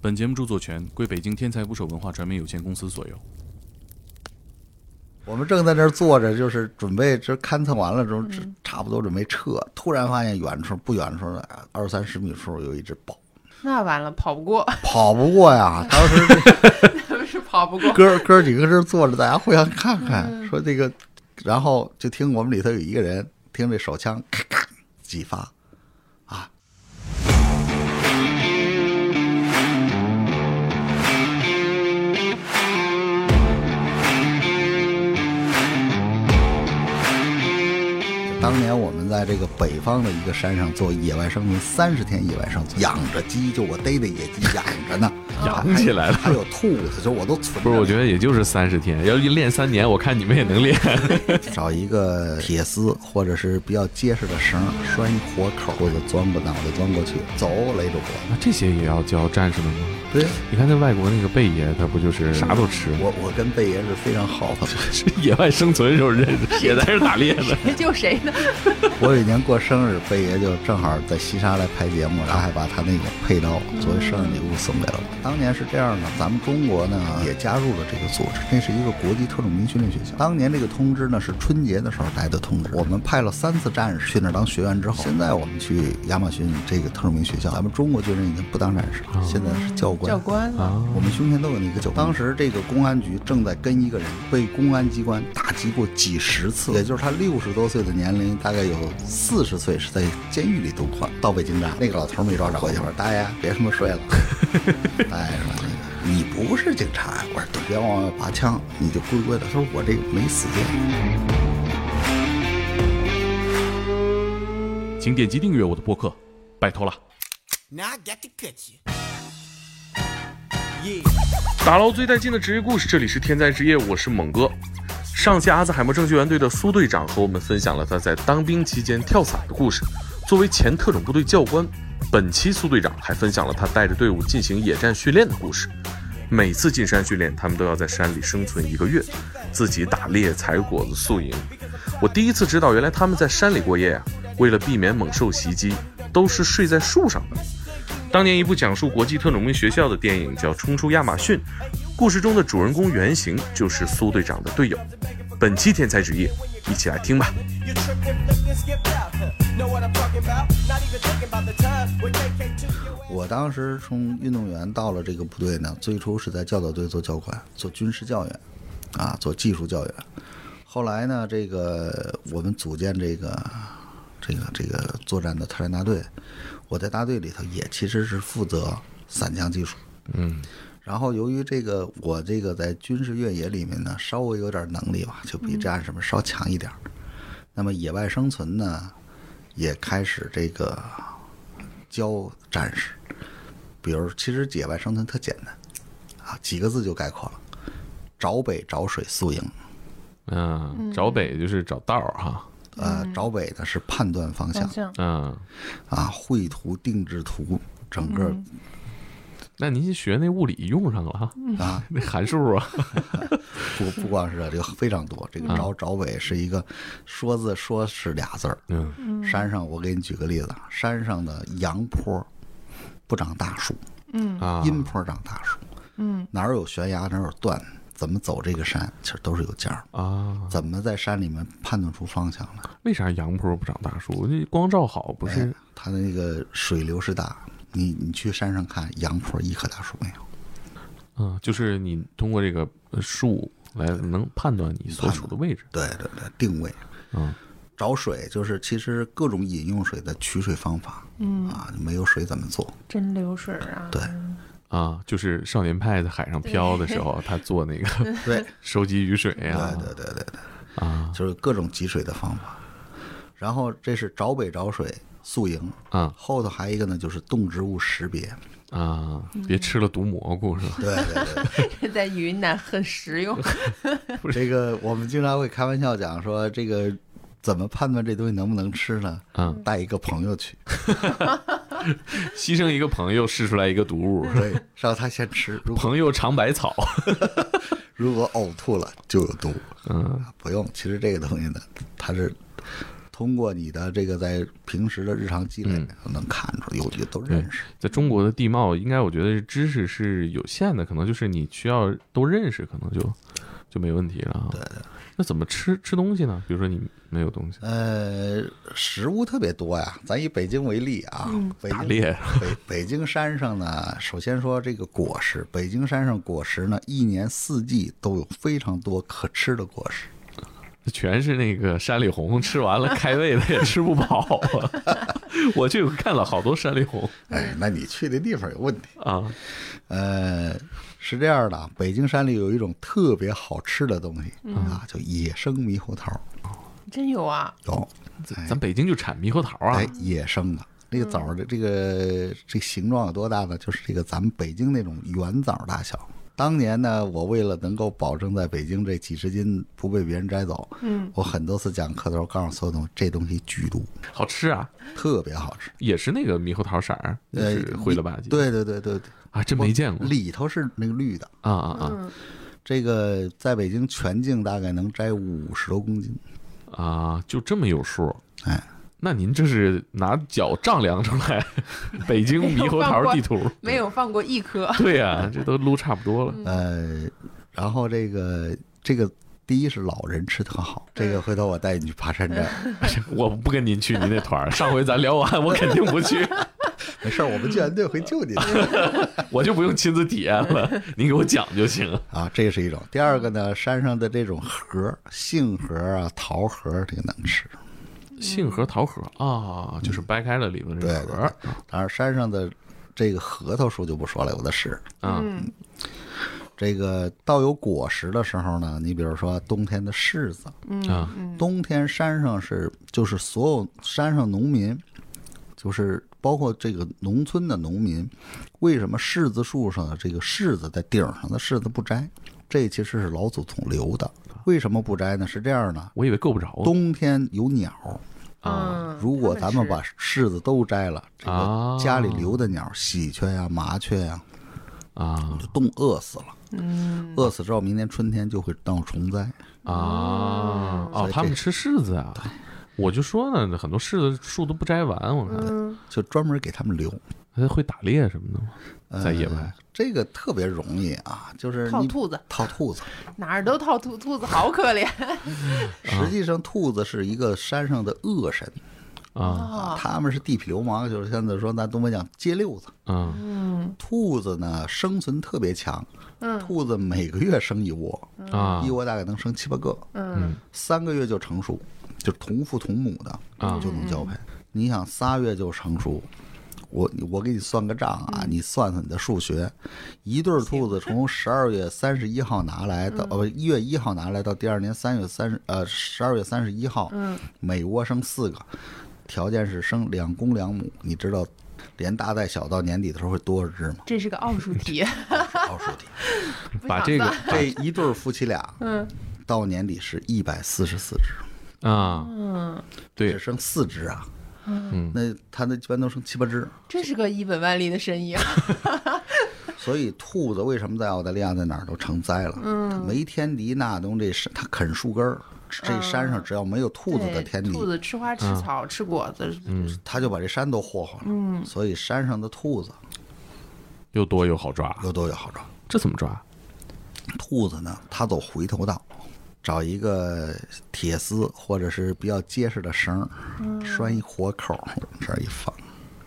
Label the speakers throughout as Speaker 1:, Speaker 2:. Speaker 1: 本节目著作权归北京天才捕手文化传媒有限公司所有。
Speaker 2: 我们正在那儿坐着，就是准备这勘测完了之后，这差不多准备撤，突然发现远处不远处啊二三十米处有一只豹，
Speaker 3: 那完了，跑不过，
Speaker 2: 跑不过呀。当时这。
Speaker 3: 他们是跑不过
Speaker 2: 哥哥几个这儿坐着，大家互相看看，说这个，然后就听我们里头有一个人听这手枪咔咔几发，啊当年我们在这个北方的一个山上做野外生存，三十天野外生存，养着鸡，就我逮的野鸡养着呢， 啊
Speaker 4: 养起来了
Speaker 2: 还有兔子，就我都存着呢。
Speaker 4: 不是，我觉得也就是三十天，要一练三年，我看你们也能练。
Speaker 2: 找一个铁丝或者是比较结实的绳儿，拴一活口，或者钻过脑袋钻过去，走勒住脖
Speaker 4: 那这些也要教战士们吗？
Speaker 2: 子。对，
Speaker 4: 你看那外国那个贝爷，他不就是啥都吃吗？
Speaker 2: 我我跟贝爷是非常好的。
Speaker 4: 是野外生存时候认 识，也在这打猎呢。
Speaker 3: 救谁呢？
Speaker 2: 我有一年过生日，贝爷就正好在西沙来拍节目，他还把他那个佩刀作为生日礼物送给了我。当年是这样的，咱们中国呢也加入了这个组织，这是一个国际特种兵训练学校。当年这个通知呢是春节的时候来的通知，我们派了三次战士去那儿当学员之后，现在我们去亚马逊这个特种兵学校，咱们中国军人已经不当战士了，现在是教官。
Speaker 3: 教官了，
Speaker 4: 啊
Speaker 2: 我啊们胸前都有那个酒。当时这个公安局正在跟一个人被公安机关打击过几十次，也就是他六十多岁的年龄，大概有四十岁是在监狱里度过。到北京站，那个老头没抓着，我一会儿大爷别他妈睡 了，大爷说那个。你不是警察呀、我说对，别往外拔枪，你就乖乖的。他说我这个没死掉。
Speaker 1: 请点击订阅我的播客，拜托了。
Speaker 5: Now I got to cut you.
Speaker 1: 打捞最带劲的职业故事，这里是天才职业，我是猛哥。上期阿兹海默症救援队的苏队长和我们分享了他在当兵期间跳伞的故事。作为前特种部队教官，本期苏队长还分享了他带着队伍进行野战训练的故事。每次进山训练，他们都要在山里生存一个月，自己打猎、采果子、宿营。我第一次知道，原来他们在山里过夜呀、为了避免猛兽袭击，都是睡在树上的。当年一部讲述国际特种兵学校的电影叫《冲出亚马逊》，故事中的主人公原型就是苏队长的队友。本期天才职业，一起来听吧。
Speaker 5: You tripping, looking, skipped out. huh? Know what I'm talking about? Not even thinking about the time when KK took you away.
Speaker 2: 我当时从运动员到了这个部队呢，最初是在教导队做教官，做军事教员，啊，做技术教员。后来呢，这个我们组建这个这个这个作战的特战大队，我在大队里头也其实是负责散枪技术。嗯然后由于这个我这个在军事越野里面呢，稍微有点能力吧，就比战士们稍强一点儿。那么野外生存呢，也开始这个教战士，比如其实野外生存特简单啊，几个字就概括了：找北、找水、宿营。
Speaker 4: 嗯，找北就是找道儿哈。
Speaker 2: 呃，找北呢是判断方向
Speaker 3: 方向
Speaker 4: 嗯，
Speaker 2: 啊，绘图、定制图，整个
Speaker 4: 那您学那物理用上了哈，
Speaker 2: 啊，
Speaker 4: 那函数啊，
Speaker 2: 不不光是这这个非常多，这个
Speaker 4: 嗯
Speaker 2: 找找北是一个说字说是俩字儿。
Speaker 4: 嗯，
Speaker 2: 山上我给你举个例子，啊，山上的阳坡不长大树，
Speaker 4: 啊，
Speaker 2: 阴坡长大树。嗯，哪儿有悬崖，哪儿有断，怎么走这个山，其实都是有价儿。
Speaker 4: 啊，
Speaker 2: 怎么在山里面判断出方向来？
Speaker 4: 为啥杨坡不长大树？那光照好不
Speaker 2: 哎
Speaker 4: 是？
Speaker 2: 它的那个水流是大，你你去山上看，阳坡一棵大树没有。
Speaker 4: 嗯，就是你通过这个呃树来能判断你所处的位置。
Speaker 2: 对对对，定位。
Speaker 4: 嗯，
Speaker 2: 找水就是其实各种饮用水的取水方法。嗯啊，没有水怎么做？
Speaker 3: 真流水啊！
Speaker 2: 对
Speaker 4: 啊，就是少年派在海上漂的时候，他做那个
Speaker 2: 对
Speaker 4: 收集雨水啊，
Speaker 2: 对对对对对，
Speaker 4: 啊
Speaker 2: 就是各种集水的方法。然后这是找北找水宿营，
Speaker 4: 啊
Speaker 2: 后头还有一个呢就是动植物 识别。
Speaker 4: 啊！别吃了毒蘑菇 是吧？
Speaker 2: 对对对。
Speaker 3: 在云南很 实用，
Speaker 2: 这个我们经常会开玩笑讲说，这个怎么判断这东西能不能吃呢？
Speaker 4: 嗯，
Speaker 2: 带一个朋友去，
Speaker 4: 牺牲一个朋友试出来一个毒物，
Speaker 2: 对，让他先吃。如果
Speaker 4: 朋友尝百草。
Speaker 2: 如果呕吐了就有毒，啊
Speaker 4: 嗯
Speaker 2: 不用。其实这个东西呢，它是通过你的这个在平时的日常积累，
Speaker 4: 嗯
Speaker 2: 能看出来，有的都认识。
Speaker 4: 在中国的地貌，应该我觉得知识是有限的，可能就是你需要都认识，可能就就没问题了啊。对对。那怎么吃吃东西呢？比如说你没有东西，
Speaker 2: 呃，食物特别多呀，咱以北京为例啊，北
Speaker 4: 打
Speaker 2: 京
Speaker 4: 猎，
Speaker 2: 北北京山上呢，首先说这个果实，北京山上果实呢，一年四季都有非常多可吃的果实。
Speaker 4: 全是那个山里红，吃完了开胃的也吃不饱。啊 我就看了好多山里红
Speaker 2: 哎，那你去的地方有问题。
Speaker 4: 啊，
Speaker 2: 呃，是这样的啊，北京山里有一种特别好吃的东西、啊，叫野生猕猴桃，
Speaker 3: 真有啊！
Speaker 2: 有，
Speaker 4: 咱北京就产猕猴桃啊
Speaker 2: 哎，，野生的。那个枣的这个这形状有多大呢？就是这个咱们北京那种圆枣大小。当年呢，我为了能够保证在北京这几十斤不被别人摘走，嗯，我很多次讲课的时候告诉所有同学，这东西剧毒，
Speaker 4: 好吃啊，
Speaker 2: 特别好吃。
Speaker 4: 也是那个猕猴桃色儿，就
Speaker 2: 呃
Speaker 4: 是，灰了吧唧。
Speaker 2: 对对对对对，
Speaker 4: 啊，真没见过
Speaker 2: 里头是那个绿的。
Speaker 4: 啊
Speaker 3: 嗯
Speaker 4: 啊
Speaker 2: 这个在北京全境大概能摘五十多公斤，
Speaker 4: 啊啊！就这么有数，
Speaker 2: 哎，
Speaker 4: 那您这是拿脚丈量出来北京猕猴桃地图？
Speaker 3: 没有放过一颗，
Speaker 2: 啊
Speaker 4: 对呀、这都撸差不多了。
Speaker 2: 呃，然后这个这个第一是老人吃特好，这个回头我带你去爬山寨，
Speaker 3: 嗯
Speaker 4: 我不跟您去您那团儿，上回咱聊完，我肯定不去，
Speaker 2: 没事儿，我们救援队会救你的
Speaker 4: 我就不用亲自体验了，您给我讲就
Speaker 3: 嗯
Speaker 4: 行。
Speaker 2: 啊，这是一种。第二个呢，山上的这种核，杏核啊、桃核儿这个能吃，
Speaker 4: 杏核桃核啊，就是掰开了里头这
Speaker 2: 对
Speaker 4: 个核儿
Speaker 2: 当然山上的这个核桃树就不说了，有的是。
Speaker 4: 啊，
Speaker 3: 嗯
Speaker 2: 这个到有果实的时候呢，你比如说冬天的柿子，
Speaker 4: 啊，
Speaker 2: 冬天山上是就是所有山上农民，就是包括这个农村的农民，为什么柿子树上的这个柿子在顶上的柿子不摘？这其实是老祖宗留的。为什么不摘呢？是这样的，
Speaker 4: 我以为够不着呢
Speaker 2: 冬天有鸟，
Speaker 4: 啊，
Speaker 3: 嗯，
Speaker 2: 如果
Speaker 3: 他
Speaker 2: 咱们
Speaker 3: 们吃
Speaker 2: 把柿子都摘了，这
Speaker 4: 啊
Speaker 2: 个家里留的鸟，喜鹊呀、麻雀呀、
Speaker 4: 啊
Speaker 2: 就冻饿死了。
Speaker 3: 嗯
Speaker 2: 饿死之后，明年春天就会闹虫灾。
Speaker 4: 啊哦，他们吃柿子啊，我就说呢，很多柿子树都不摘完，我
Speaker 3: 嗯
Speaker 4: 看
Speaker 2: 就专门给他们留，
Speaker 4: 他会打猎什么的吗？在野外
Speaker 2: 呃，这个特别容易啊，就是
Speaker 3: 套
Speaker 2: 你
Speaker 3: 兔子，
Speaker 2: 套兔子。
Speaker 3: 哪儿都套兔，兔子好可怜
Speaker 2: 实际上，兔子是一个山上的恶神，
Speaker 4: 啊
Speaker 3: 哦
Speaker 2: 他们是地痞流氓，就是现在说咱东北讲街溜子。
Speaker 4: 啊
Speaker 2: 兔子呢，生存特别强，
Speaker 3: 嗯
Speaker 2: 兔子每个月生一窝，
Speaker 4: 啊
Speaker 2: 一窝大概能生七八个，
Speaker 4: 嗯
Speaker 2: 三个月就成熟，就是同父同母的
Speaker 4: 啊
Speaker 2: 就能交配。你想仨月就成熟，我我给你算个账啊，你算算你的数学，一对儿兔子从十二月三十一号拿来到呃一月一号拿来到第二年三月三十呃十二月三十一号，每窝生四个，条件是生两公两母，你知道。连大带小到年底的时候会多少只吗？
Speaker 3: 这是个奥数题，
Speaker 2: 是奥数题。
Speaker 4: 把这个
Speaker 2: 这一对儿夫妻俩，嗯，到年底是一百四十四只。
Speaker 4: 啊，对
Speaker 2: 只，剩四只啊。嗯，那它那一般都剩七八只，
Speaker 3: 这是个一本万利的生意啊！
Speaker 2: 所以兔子为什么在澳大利亚在哪儿都成灾了？嗯，它没天敌，那东这是它啃树根儿，这山上只要没有兔子的
Speaker 3: 对
Speaker 2: 天啊嗯敌，
Speaker 3: 兔子吃花吃草吃果子，
Speaker 2: 它就把这山都霍霍了。嗯，所以山上的兔子
Speaker 4: 又多又好抓，
Speaker 2: 又都有好找。
Speaker 4: 这怎么抓？
Speaker 2: 兔子呢，它走回头道，找一个铁丝或者是比较结实的绳儿，拴一活口儿，往这儿一放，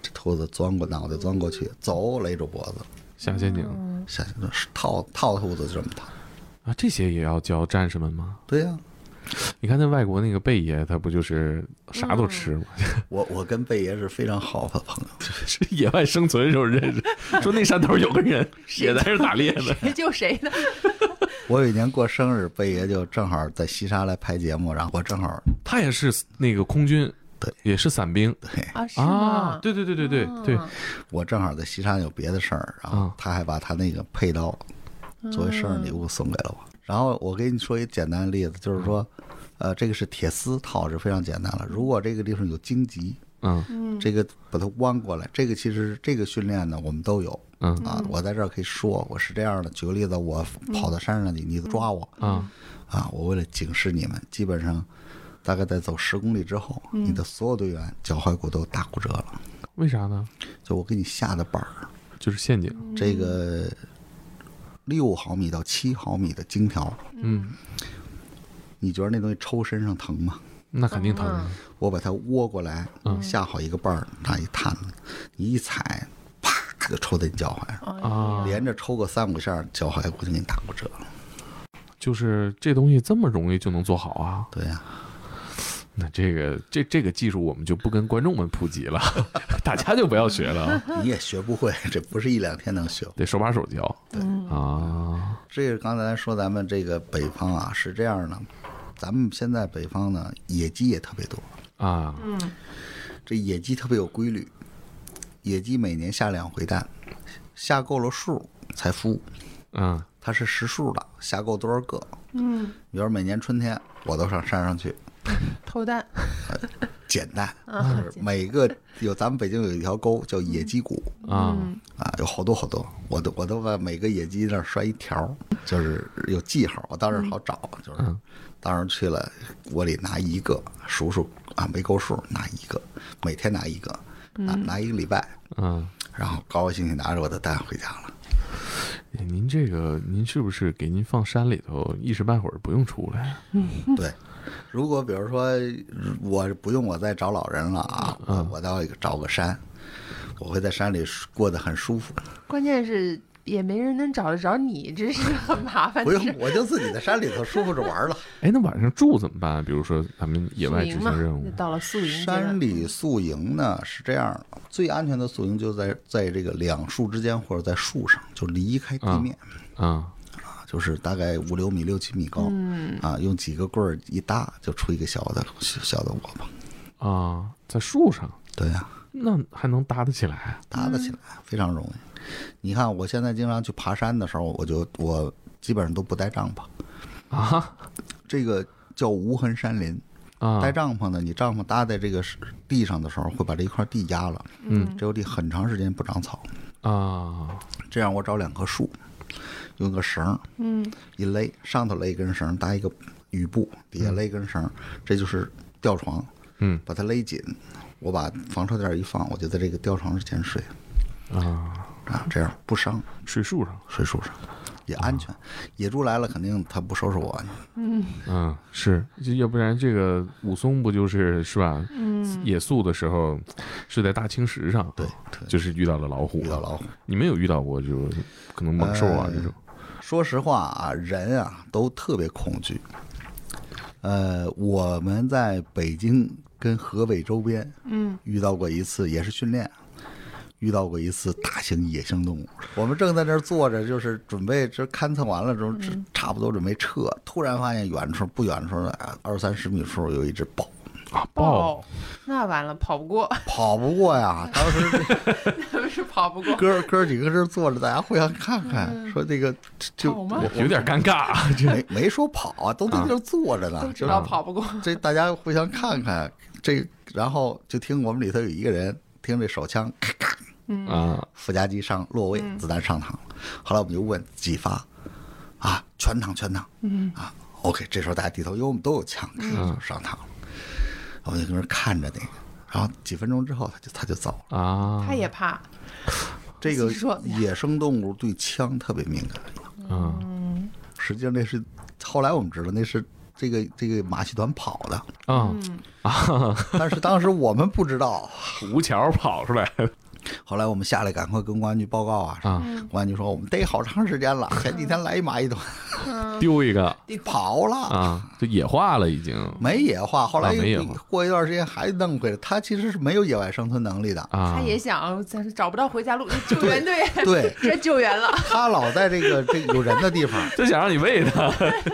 Speaker 2: 这兔子钻过脑袋钻过去，走勒住脖子。
Speaker 4: 下陷阱
Speaker 2: 下去了，套套兔子就这么套。
Speaker 4: 啊，这些也要教战士们吗？
Speaker 2: 对呀、
Speaker 4: 你看那外国那个贝爷，他不就是啥都吃吗？
Speaker 2: 我我跟贝爷是非常好的朋友，
Speaker 4: 是野外生存的时候认识，说那山头有个人也在这打猎呢。
Speaker 3: 救谁呢？
Speaker 2: 我有一年过生日，贝爷就正好在西沙来拍节目，然后我正好
Speaker 4: 他也是那个空军，
Speaker 2: 对，
Speaker 4: 也是伞兵
Speaker 2: 对
Speaker 3: 啊，是
Speaker 4: 啊，
Speaker 3: 吗？
Speaker 4: 对对对对对对，
Speaker 2: 我正好在西沙有别的事儿，然
Speaker 4: 嗯
Speaker 2: 后他还把他那个佩刀作为生日礼物送给了我。然后我跟你说一简单的例子，就是说，呃，这个是铁丝套是非常简单了。如果这个地方有荆棘，
Speaker 4: 嗯
Speaker 2: 这个把它弯过来，这个其实这个训练呢，我们都有。
Speaker 4: 嗯
Speaker 2: 啊，我在这儿可以说，我是这样的。举个例子，我跑到山上去，你抓我
Speaker 4: 啊
Speaker 2: 啊，我为了警示你们，基本上大概在走十公里之后，
Speaker 4: 嗯
Speaker 2: 你的所有队员脚踝骨都打骨折了，
Speaker 4: 为啥呢？
Speaker 2: 就我给你下的板儿，
Speaker 4: 就是陷阱。
Speaker 2: 这个六毫米到七毫米的金条，
Speaker 4: 嗯，
Speaker 2: 你觉得那东西抽身上疼吗？
Speaker 4: 那肯定疼啊。
Speaker 2: 我把它窝过来，下好一个瓣儿，拿一探子，你一踩，啪就抽在你脚踝上，
Speaker 4: 啊，
Speaker 2: 连着抽个三五下儿，脚踝骨就给你打骨折了。
Speaker 4: 就是这东西这么容易就能做好啊？
Speaker 2: 对呀、
Speaker 4: 那这个这这个技术我们就不跟观众们普及了， 大家就不要学了啊，
Speaker 2: 你也学不会， 这不是一两天能学会。
Speaker 4: 得手把手教。对啊，
Speaker 2: 这是刚才说咱们这个北方啊是这样的，咱们现在北方呢野鸡也特别多，
Speaker 4: 啊，
Speaker 2: 这野鸡特别有规律，野鸡每年下两回蛋，下够了数才孵，
Speaker 4: 嗯
Speaker 2: 它是识数的，下够多少个？嗯，比如每年春天我都上山上去
Speaker 3: 偷蛋，啊
Speaker 2: 捡蛋，就是每个有咱们北京有一条沟叫野鸡谷
Speaker 4: 啊，
Speaker 2: 啊，有好多好多，我都我都把每个野鸡那儿拴一条儿，就是有记号，我到时候好找，就是当时去了窝里拿一个数数啊，没够数拿一个，每天拿一个，拿拿一个礼拜，
Speaker 4: 嗯，
Speaker 2: 然后高高兴兴拿着我的蛋回家了。
Speaker 4: 哎您这个您是不是给您放山里头，一时半会儿不用出来？
Speaker 2: 对，如果比如说我不用我再找老人了啊，我我到一个找个山，我会在山里过得很舒服。
Speaker 3: 关键是也没人能找得着你，这是很麻烦
Speaker 2: 不
Speaker 3: 的
Speaker 2: 用
Speaker 3: 事。，
Speaker 2: 我就自己在山里头舒服着玩儿了。
Speaker 4: 哎，那晚上住怎么办？比如说咱们野外
Speaker 3: 宿
Speaker 4: 执
Speaker 3: 营嘛
Speaker 4: 行任，务
Speaker 3: 那，到了宿营阶段
Speaker 2: 山里宿营呢是这样的，最安全的宿营就在在这个两树之间或者在树上，就离开地面，
Speaker 4: 啊
Speaker 2: 啊就是大概五六米、六七米高，啊，用几个棍儿一搭就出一个小的小的窝棚。
Speaker 4: 啊，在树上，
Speaker 2: 对呀、
Speaker 4: 那还能搭得起来？
Speaker 2: 搭得起来非常容易。你看我现在经常去爬山的时候，我就我基本上都不带帐篷，
Speaker 4: 啊
Speaker 2: 这个叫无痕山林。
Speaker 4: 啊
Speaker 2: 搭帐篷呢，你帐篷搭在这个是地上的时候，会把这一块地压了。嗯，这块地很长时间不长草。
Speaker 4: 啊
Speaker 2: 这样我找两棵树，用个绳，嗯，一勒，上头勒一根绳，搭一个雨布，底下勒一根绳，这就是吊床。
Speaker 4: 嗯，
Speaker 2: 把它勒紧，我把防潮垫一放，我就在这个吊床之前睡
Speaker 4: 啊，
Speaker 2: 啊，这样不伤。
Speaker 4: 睡树上，
Speaker 2: 睡树上，也安全。野猪来了，肯定它不收拾我。
Speaker 4: 嗯，是，就要不然这个武松不就是是吧？嗯，野宿的时候是在大青石上，
Speaker 2: 对对
Speaker 4: 就是遇到了老虎，
Speaker 2: 遇到老虎，
Speaker 4: 你们有遇到过就是可能猛兽啊
Speaker 2: 呃
Speaker 4: 这种
Speaker 2: 说实话啊，人啊都特别恐惧。呃，我们在北京跟河北周边，嗯，遇到过一次，也是训练，遇到过一次大型野生动物。我们正在那儿坐着，就是准备这勘测完了之后，这差不多准备撤，突然发现远处不远处的啊二三十米处有一只豹，
Speaker 4: 啊
Speaker 3: 哦，那完了，跑不过，
Speaker 2: 跑不过呀，当时这。
Speaker 3: 是跑不过。
Speaker 2: 哥哥几个这坐着，大家互相看看，说这个就
Speaker 3: 嗯跑吗
Speaker 4: 有点尴尬，这
Speaker 2: 没没说跑啊，都在那儿坐着呢，
Speaker 4: 啊
Speaker 3: 都
Speaker 2: 就
Speaker 3: 知道跑不过，
Speaker 2: 这大家互相看看，这然后就听我们里头有一个人听这手枪咔咔，
Speaker 4: 啊
Speaker 2: 副夹击上落位，
Speaker 3: 嗯
Speaker 2: 子弹上膛了。后来我们就问几发，啊，全膛全膛，嗯啊，OK，这时候大家低头，因为我们都有枪，
Speaker 3: 嗯
Speaker 2: 就上膛了。我们就跟那儿看着那个，然后几分钟之后他就他就走了。
Speaker 4: 啊
Speaker 3: 他也怕。
Speaker 2: 这个
Speaker 3: 你说
Speaker 2: 野生动物对枪特别敏感。
Speaker 4: 嗯
Speaker 2: 实际上那是后来我们知道那是这个这个马戏团跑的，
Speaker 4: 啊
Speaker 2: 但是当时我们不知道。
Speaker 4: 吴桥跑出来
Speaker 2: 后来我们下来赶快跟公安局报告啊，
Speaker 4: 啊
Speaker 2: 公安局说我们逮好长时间了，前几天来一马戏团
Speaker 4: 丢一个
Speaker 2: 跑了。
Speaker 4: 啊，就野化了已经
Speaker 2: 没野化，后来
Speaker 4: 啊
Speaker 2: 又
Speaker 4: 没野化
Speaker 2: 过一段时间还弄回来。它其实是没有野外生存能力的，
Speaker 4: 啊
Speaker 3: 他也想，咱找不到回家路，救援队
Speaker 2: 对
Speaker 3: 这救援了，
Speaker 2: 它老在这个这有人的地 方，
Speaker 4: 就想让你喂它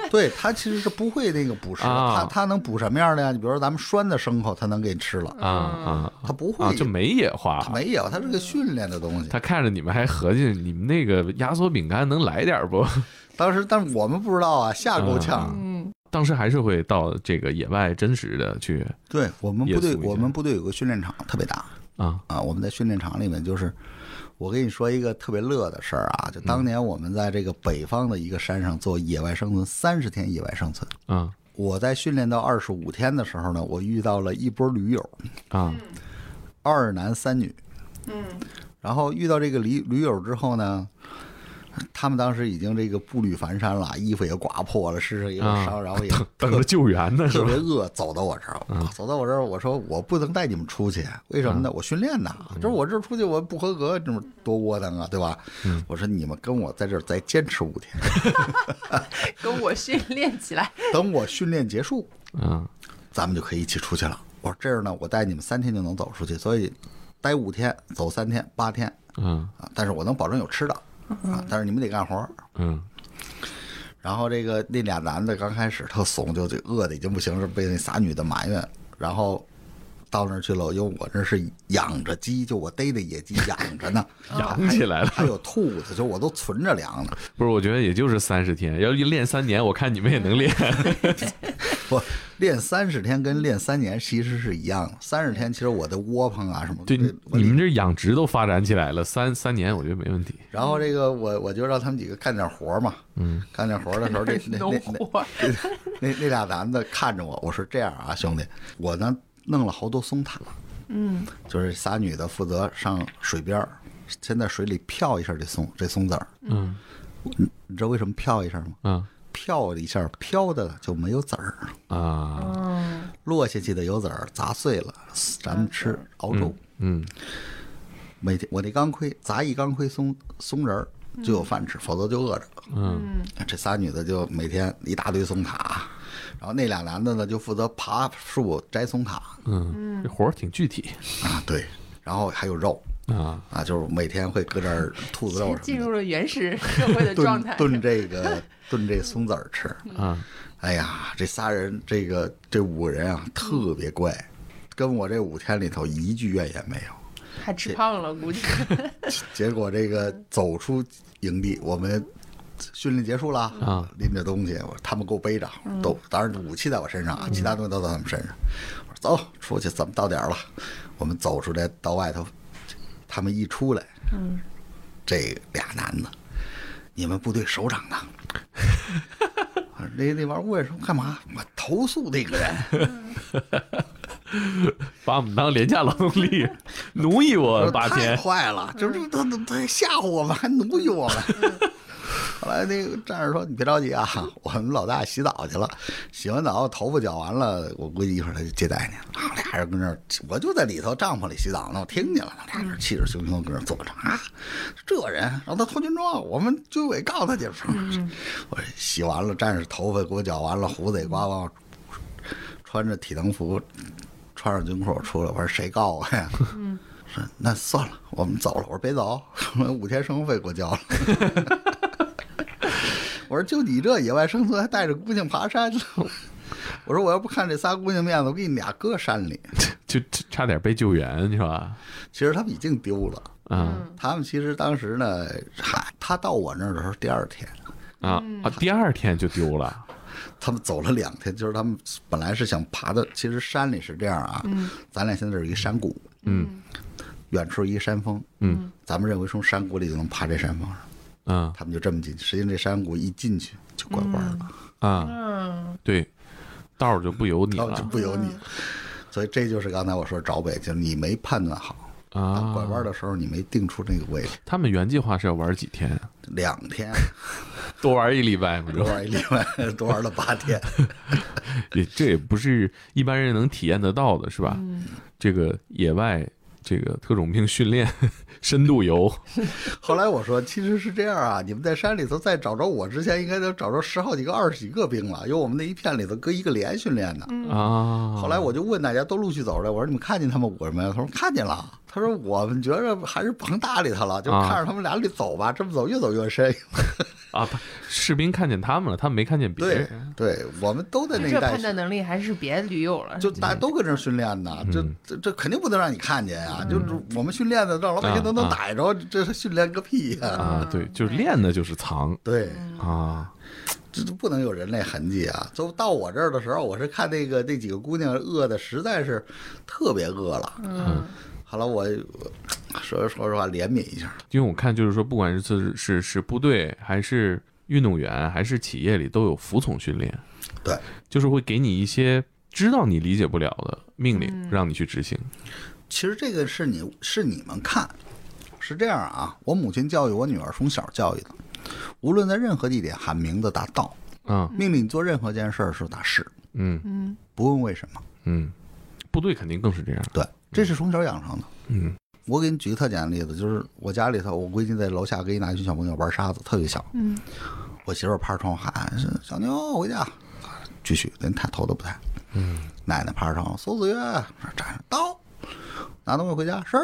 Speaker 2: 对它其实是不会那个捕食的。
Speaker 4: 啊
Speaker 2: 它它能捕什么样的呀？你比如说咱们拴在牲口，它能给你吃了，
Speaker 4: 啊啊
Speaker 2: 它不会
Speaker 4: 啊，，就没野化
Speaker 2: 它。没有，它是个训练的东西。
Speaker 4: 他看着你们还合计你们那个压缩饼干能来点儿不？
Speaker 2: 当时，但我们不知道啊，吓够呛。
Speaker 4: 嗯当时还是会到这个野外真实的去
Speaker 2: 对我们部
Speaker 4: 也
Speaker 2: 队，
Speaker 4: 肃一下
Speaker 2: 我们部队有个训练场特别大
Speaker 4: 啊
Speaker 2: 啊。我们在训练场里面，就是我跟你说一个特别乐的事儿啊，就当年我们在这个北方的一个山上做野外生存，三十天野外生存，
Speaker 4: 啊
Speaker 2: 我在训练到二十五天的时候呢，我遇到了一波驴友，
Speaker 4: 啊，
Speaker 2: 二男三女。
Speaker 6: 嗯，
Speaker 2: 然后遇到这个驴驴友之后呢，他们当时已经这个步履蹒跚了，衣服也刮破了，身上也有
Speaker 4: 啊
Speaker 2: 伤，然后也
Speaker 4: 等着救援呢 是
Speaker 2: 特
Speaker 4: 吧嗯
Speaker 2: 别？饿，走到我这儿，啊走到我这儿，我说我不能带你们出去，为什么呢？我训练呢，
Speaker 4: 嗯
Speaker 2: 就是我这儿出去我不合格，这么多窝囊啊，对吧？
Speaker 4: 嗯
Speaker 2: 我说你们跟我在这儿再坚持五天，
Speaker 3: 跟我训练起来。
Speaker 2: 等我训练结束，
Speaker 4: 嗯
Speaker 2: 咱们就可以一起出去了。我说这样呢，我带你们三天就能走出去，所以待五天，走三天，八天
Speaker 4: 嗯
Speaker 2: 啊，但是我能保证有吃的啊，但是你们得干活儿。
Speaker 4: 嗯
Speaker 2: 然后这个那俩男的刚开始特怂，就呃就饿的已经不行，是被那仨女的埋怨。然后到那儿去了，因为我这是养着鸡，就我逮的野鸡养着呢，
Speaker 4: 养起来了
Speaker 2: 还有还有兔子，就我都存着粮呢。
Speaker 4: 不是，我觉得也就是三十天，要一练三年，我看你们也能练。
Speaker 2: 我练三十天跟练三年其实是一样的，三十天其实我的窝棚啊什么
Speaker 4: 对，
Speaker 2: 的，
Speaker 4: 你
Speaker 2: 我
Speaker 4: 你们这养殖都发展起来了，三三年我觉得没问题。
Speaker 2: 然后这个我我就让他们几个干点活嘛，嗯，干点活的时候， 这那那
Speaker 3: 农
Speaker 2: 那
Speaker 3: 活儿
Speaker 2: 那那俩男的看着我，我说这样啊，兄弟，我呢弄了好多松塔，嗯，就是仨女的负责上水边儿，先在水里漂一下这松这松子儿，
Speaker 4: 嗯
Speaker 2: 你知道为什么漂一下吗？
Speaker 4: 嗯
Speaker 2: 漂了一下，漂的就没有籽儿，
Speaker 4: 啊
Speaker 2: 落下去的有籽儿，砸碎了，咱们吃熬粥。
Speaker 4: 嗯
Speaker 2: 每天我那钢盔砸一钢盔松松仁儿就有饭吃，否则就饿着。
Speaker 4: 嗯
Speaker 2: 这仨女的就每天一大堆松塔，然后那俩男的呢就负责爬树摘松塔
Speaker 4: 嗯，这活儿挺具体
Speaker 2: 啊，对，然后还有肉
Speaker 4: 啊。
Speaker 2: 啊，就是每天会搁点儿兔子肉什
Speaker 3: 进
Speaker 2: 么
Speaker 3: 入
Speaker 2: 的，
Speaker 3: 了 原始社会的状
Speaker 2: 炖
Speaker 3: 态。嗯
Speaker 2: 炖这个炖这松子儿吃。
Speaker 4: 啊，
Speaker 2: 哎呀，这仨人这个这五个人啊特别怪，跟我这五天里头一句怨言没有。
Speaker 3: 还吃胖了，估计
Speaker 2: 结 果这个走出营地，我们训练结束了
Speaker 4: 啊，
Speaker 2: 拎着东西，我他们给我背着，都当然武器在我身上啊，其他东西都在他们身上。我说走出去，咱们到点儿了。我们走出来到外头，他们一出来，这俩男的，你们部队首长呢？我说那那玩意儿为什么干嘛？我投诉那个人。
Speaker 4: 把我们当廉价劳动 力，奴役我八
Speaker 2: 太
Speaker 4: 天。
Speaker 2: 快了，这这他他他吓唬我们，还奴役我们。 后来那个战士说：“你别着急啊，我们老大洗澡去了，洗完澡头发绞完了，我估计一会儿他就接待你了。”啊，俩人跟那儿，我就在里头帐篷里洗澡呢，我听见了，俩人气势汹汹跟那儿坐着啊，这人让他脱军装，我们军委告他去。 我说洗完了，战士头发给我绞完了，胡子也刮完，我穿着体能服，穿上军裤我出来，我说谁告我呀？说那算了，我们走了。我说别走，我五天生活费给我交了。 我说就你这野外生存，还带着姑娘爬山呢。 我说我要不看这仨姑娘面子，我给你俩搁山里。
Speaker 4: 就就差点被救援是吧？
Speaker 2: 其实他们已经丢了，
Speaker 4: 啊
Speaker 2: 他们其实当时呢，嗨，他到我那儿的时候第二天，
Speaker 4: 啊啊！第二天就丢了
Speaker 2: 他们走了两天，就是他们本来是想爬的，其实山里是这样啊，咱俩现在有一山谷，
Speaker 4: 嗯，
Speaker 2: 远处一山峰，
Speaker 4: 嗯，
Speaker 2: 咱们认为从山谷里就能爬这山峰上，
Speaker 4: 啊
Speaker 2: 他们就这么进去，实际上这山谷一进去就拐弯了。
Speaker 4: 啊！对，道儿就不由你
Speaker 2: 然后就
Speaker 4: 了
Speaker 2: 不由你。所以这就是刚才我说找北，就是你没判断好，当拐
Speaker 4: 啊。
Speaker 2: 弯的时候你没定出那个位置，
Speaker 4: 他们原计划是要玩几天？
Speaker 2: 两天
Speaker 4: 多玩一礼拜不
Speaker 2: 多
Speaker 4: 就？
Speaker 2: 玩一礼拜，多玩了八天，
Speaker 4: 也这也不是一般人能体验得到的，是吧？这个野外这个特种兵训练 深度游，
Speaker 2: 后来我说，其实是这样啊，你们在山里头再找着我之前，应该都找着十好几个、二十几个兵了，因为我们那一片里头搁一个连训练的。
Speaker 4: 啊，
Speaker 2: 后来我就问大家都陆续走出来，我说你们看见他们五个人没有？他说看见了。他说我们觉着还是甭搭理他了，就
Speaker 4: 啊
Speaker 2: 看着他们俩里走吧，这么走越走越深。
Speaker 4: 啊，不士兵看见他们了，他们没看见别
Speaker 2: 对
Speaker 4: 人。
Speaker 2: 对，我们都 在那
Speaker 3: 这
Speaker 2: 一带
Speaker 3: 判断能力还是别驴友了。
Speaker 2: 就大家都搁这儿训练呢，
Speaker 4: 嗯
Speaker 2: 这这这肯定不能让你看见呀、就是我们训练的，让老百姓都能
Speaker 4: 啊啊
Speaker 2: 逮着，这是训练个屁呀、
Speaker 4: 啊，对，就是练的就是藏
Speaker 2: 对，
Speaker 3: 嗯
Speaker 4: 啊，
Speaker 2: 这都不能有人类痕迹啊！就到我这儿的时候，我是看那个那几个姑娘饿的实在是特别饿了，
Speaker 4: 嗯，
Speaker 2: 后来我我说说实话怜悯一下，
Speaker 4: 因为我看就是说，不管是是是部队还是运动员还是企业里都有服从训练
Speaker 2: 对，
Speaker 4: 就是会给你一些知道你理解不了的命令，让你去执行。
Speaker 2: 其实这个是你是你们看，是这样啊。我母亲教育我女儿从小教育的，无论在任何地点喊名字打到，
Speaker 4: 啊，
Speaker 2: 命令你做任何件事儿的时候打是，
Speaker 4: 嗯
Speaker 2: 不问为什么。
Speaker 4: 嗯，部队肯定更是这样。
Speaker 2: 对，这是从小养成的。
Speaker 4: 嗯
Speaker 2: 我给你举个特简单的例子，就是我家里头，我闺女在楼下给一拿一群小朋友玩沙子，特别小。
Speaker 3: 嗯，
Speaker 2: 我媳妇儿趴窗户喊：“是小妞回家。”继续，连抬头都不抬。嗯，奶奶趴窗户，搜子月站着到，拿东西回家是。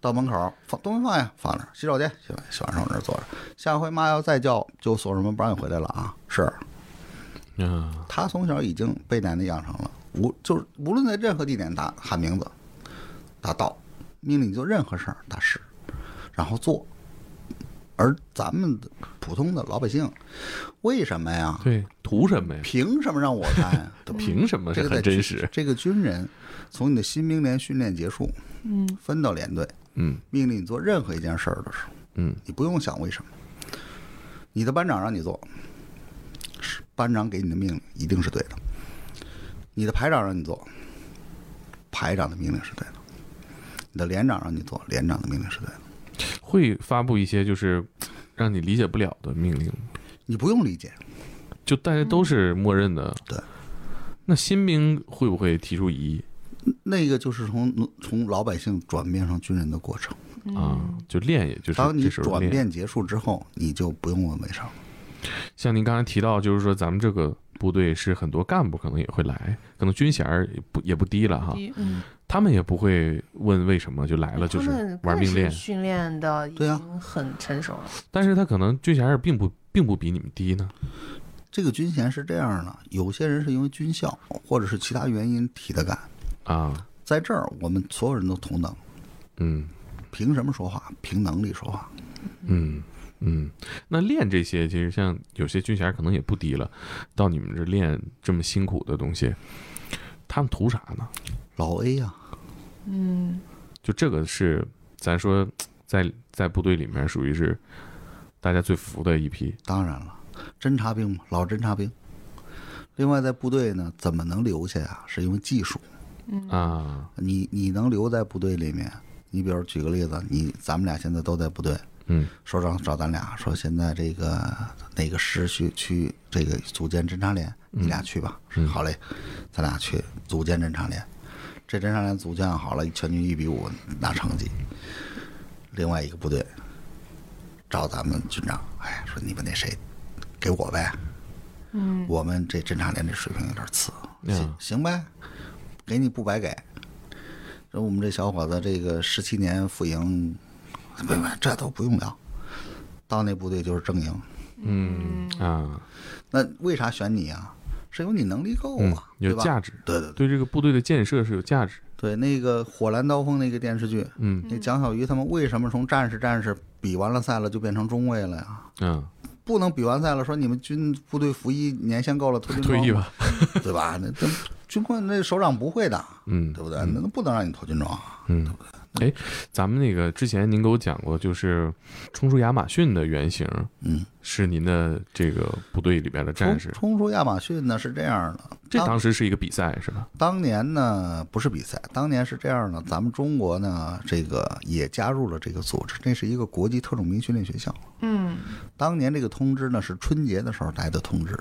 Speaker 2: 到门口放东西放下，放那儿洗手间，洗完洗完手那儿坐着。下回妈要再叫，就锁上门不让你回来了啊！是，
Speaker 4: 啊，
Speaker 2: 他从小已经被奶奶养成了，无就是无论在任何地点打喊名字，打到命令你做任何事儿打是，然后做。而咱们的普通的老百姓，为什么呀？
Speaker 4: 对，图什么呀？
Speaker 2: 凭什么让我干呀？对吧
Speaker 4: 凭什么
Speaker 2: 这
Speaker 4: 是
Speaker 2: 个
Speaker 4: 很
Speaker 2: 在
Speaker 4: 真
Speaker 2: 军
Speaker 4: 实？
Speaker 2: 这个军人从你的新兵连训练结束，嗯，分到连队，
Speaker 4: 嗯
Speaker 2: 命令你做任何一件事儿的时候，
Speaker 4: 嗯
Speaker 2: 你不用想为什么。你的班长让你做，是班长给你的命令一定是对的。你的排长让你做，排长的命令是对的。你的连长让你做，连长的命令是对的。
Speaker 4: 会发布一些就是让你理解不了的命令，
Speaker 2: 你不用理解，
Speaker 4: 就大家都是默认的。
Speaker 2: 对，
Speaker 4: 那新兵会不会提出疑义
Speaker 2: 那个就是从奴从老百姓转变成军人的过程。
Speaker 3: 嗯
Speaker 4: 啊？就练，也就是
Speaker 2: 当你
Speaker 4: 这时候
Speaker 2: 转
Speaker 4: 练。
Speaker 2: 变结束之后，你就不用问为什么。
Speaker 4: 像您刚才提到，就是说咱们这个部队是很多干部可能也会来，可能军衔儿也不也不低了哈，
Speaker 3: 嗯
Speaker 4: 他们也不会问为什么就来了，就
Speaker 3: 哎他们
Speaker 4: 是
Speaker 3: 更
Speaker 4: 玩命练。
Speaker 3: 训练的已
Speaker 2: 对啊
Speaker 3: 经很成熟了。
Speaker 4: 但是他可能军衔儿并不并不比你们低呢。
Speaker 2: 这个军衔是这样的，有些人是因为军校或者是其他原因提的干，
Speaker 4: 啊，
Speaker 2: 在这儿我们所有人都同等，
Speaker 4: 嗯
Speaker 2: 凭什么说话？凭能力说话。
Speaker 4: 嗯嗯。那练这些，其实像有些军衔儿可能也不低了，到你们这练这么辛苦的东西，他们图啥呢？
Speaker 2: 老 A 呀、
Speaker 3: 嗯，
Speaker 4: 就这个是咱说在在部队里面属于是大家最服的一批。
Speaker 2: 当然了，侦察兵嘛，老侦察兵。另外，在部队呢，怎么能留下呀、是因为技术。
Speaker 4: 啊，
Speaker 2: 你你能留在部队里面，你比如举个例子，你咱们俩现在都在部队，
Speaker 4: 嗯，
Speaker 2: 首长找咱俩说，现在这个哪个师去去这个组建侦察连，你俩去吧。
Speaker 4: 嗯
Speaker 2: 好嘞，咱俩去组建侦察连。这侦察连组建好了，全军一比五拿成绩。另外一个部队找咱们军长，哎，说你们那谁给我呗。嗯，我们这侦察连这水平有点次，
Speaker 4: 呀
Speaker 2: 行行呗，给你不白给。说我们这小伙子这个十七年服营，不不，这都不用聊。到那部队就是正营，
Speaker 4: 嗯啊，
Speaker 2: 那为啥选你啊？是因为你能力够
Speaker 4: 嗯
Speaker 2: 啊，，对
Speaker 4: 有
Speaker 2: 吧？
Speaker 4: 价值，
Speaker 2: 对对对
Speaker 4: 对这个部队的建设是有价值。
Speaker 2: 对，那个《火蓝刀锋》那个电视剧，
Speaker 4: 嗯
Speaker 2: 那蒋小鱼他们为什么从战士战士比完了赛了就变成中尉了呀？
Speaker 4: 嗯，
Speaker 2: 不能比完赛了，说你们军部队服役年限够了，脱军
Speaker 4: 退
Speaker 2: 装
Speaker 4: 役，吧。
Speaker 2: 对吧？那 那军官那首长不会的，
Speaker 4: 嗯，
Speaker 2: 对不对？那不能让你脱军装啊。
Speaker 4: 嗯，哎，咱们那个之前您给我讲过，就是冲出亚马逊的原型
Speaker 2: 嗯，
Speaker 4: 是您的这个部队里边的战
Speaker 2: 冲啊
Speaker 4: 士，
Speaker 2: 冲出亚马逊呢是这样的，
Speaker 4: 这
Speaker 2: 当
Speaker 4: 当时是一个比赛是吧？
Speaker 2: 当年呢不是比赛，当年是这样的，咱们中国呢这个也加入了这个组织，这是一个国际特种兵训练学校。
Speaker 3: 嗯，
Speaker 2: 当年这个通知呢是春节的时候来的通知，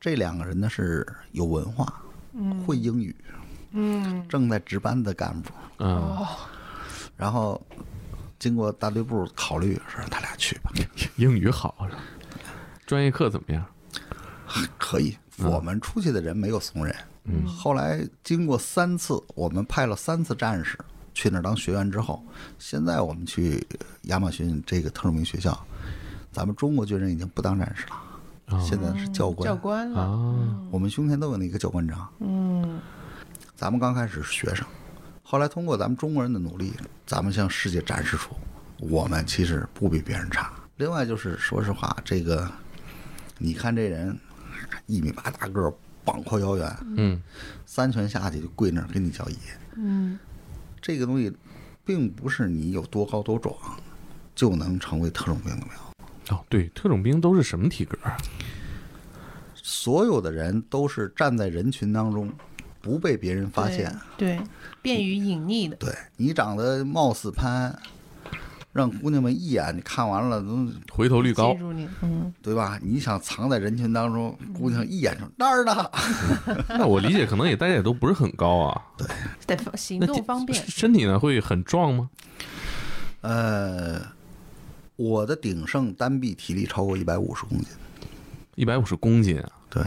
Speaker 2: 这两个人呢是有文化，会英语，嗯，正在值班的干部，
Speaker 4: 嗯，
Speaker 3: 哦
Speaker 2: 然后经过大队部考虑，说让他俩去吧，
Speaker 4: 英语好，专业课怎么样？
Speaker 2: 可以。我们出去的人没有怂人，嗯，后来经过三次，我们派了三次战士去那儿当学员之后，现在我们去亚马逊这个特种兵学校，咱们中国军人已经不当战士了，
Speaker 4: 啊
Speaker 2: 现在是教官，
Speaker 3: 教官了，
Speaker 4: 啊，
Speaker 2: 我们胸前都有那个教官章。
Speaker 3: 嗯
Speaker 2: 咱们刚开始是学生，后来通过咱们中国人的努力，咱们向世界展示出我们其实不比别人差。另外就是，说实话，这个你看这人一米八大个儿，膀阔腰圆，
Speaker 4: 嗯，
Speaker 2: 三拳下去就跪那儿跟你叫爷。
Speaker 3: 嗯
Speaker 2: 这个东西并不是你有多高多壮就能成为特种兵的料。
Speaker 4: 哦，对，特种兵都是什么体格啊？
Speaker 2: 所有的人都是站在人群当中，不被别人发现。
Speaker 3: 对，对便于隐匿的，
Speaker 2: 对你长得貌似潘安，让姑娘们一眼看完了都
Speaker 4: 回 头率高
Speaker 3: 记，住你，嗯，
Speaker 2: 对吧？你想藏在人群当中，姑娘一眼说那儿呢，
Speaker 4: 那我理解可能也大家也都不是很高啊。
Speaker 3: 得方行
Speaker 4: 那这
Speaker 3: 动方便，
Speaker 4: 身体呢会很壮吗？
Speaker 2: 呃，我的鼎盛单臂体力超过一百五十公斤，
Speaker 4: 一百五十公斤啊，
Speaker 2: 对。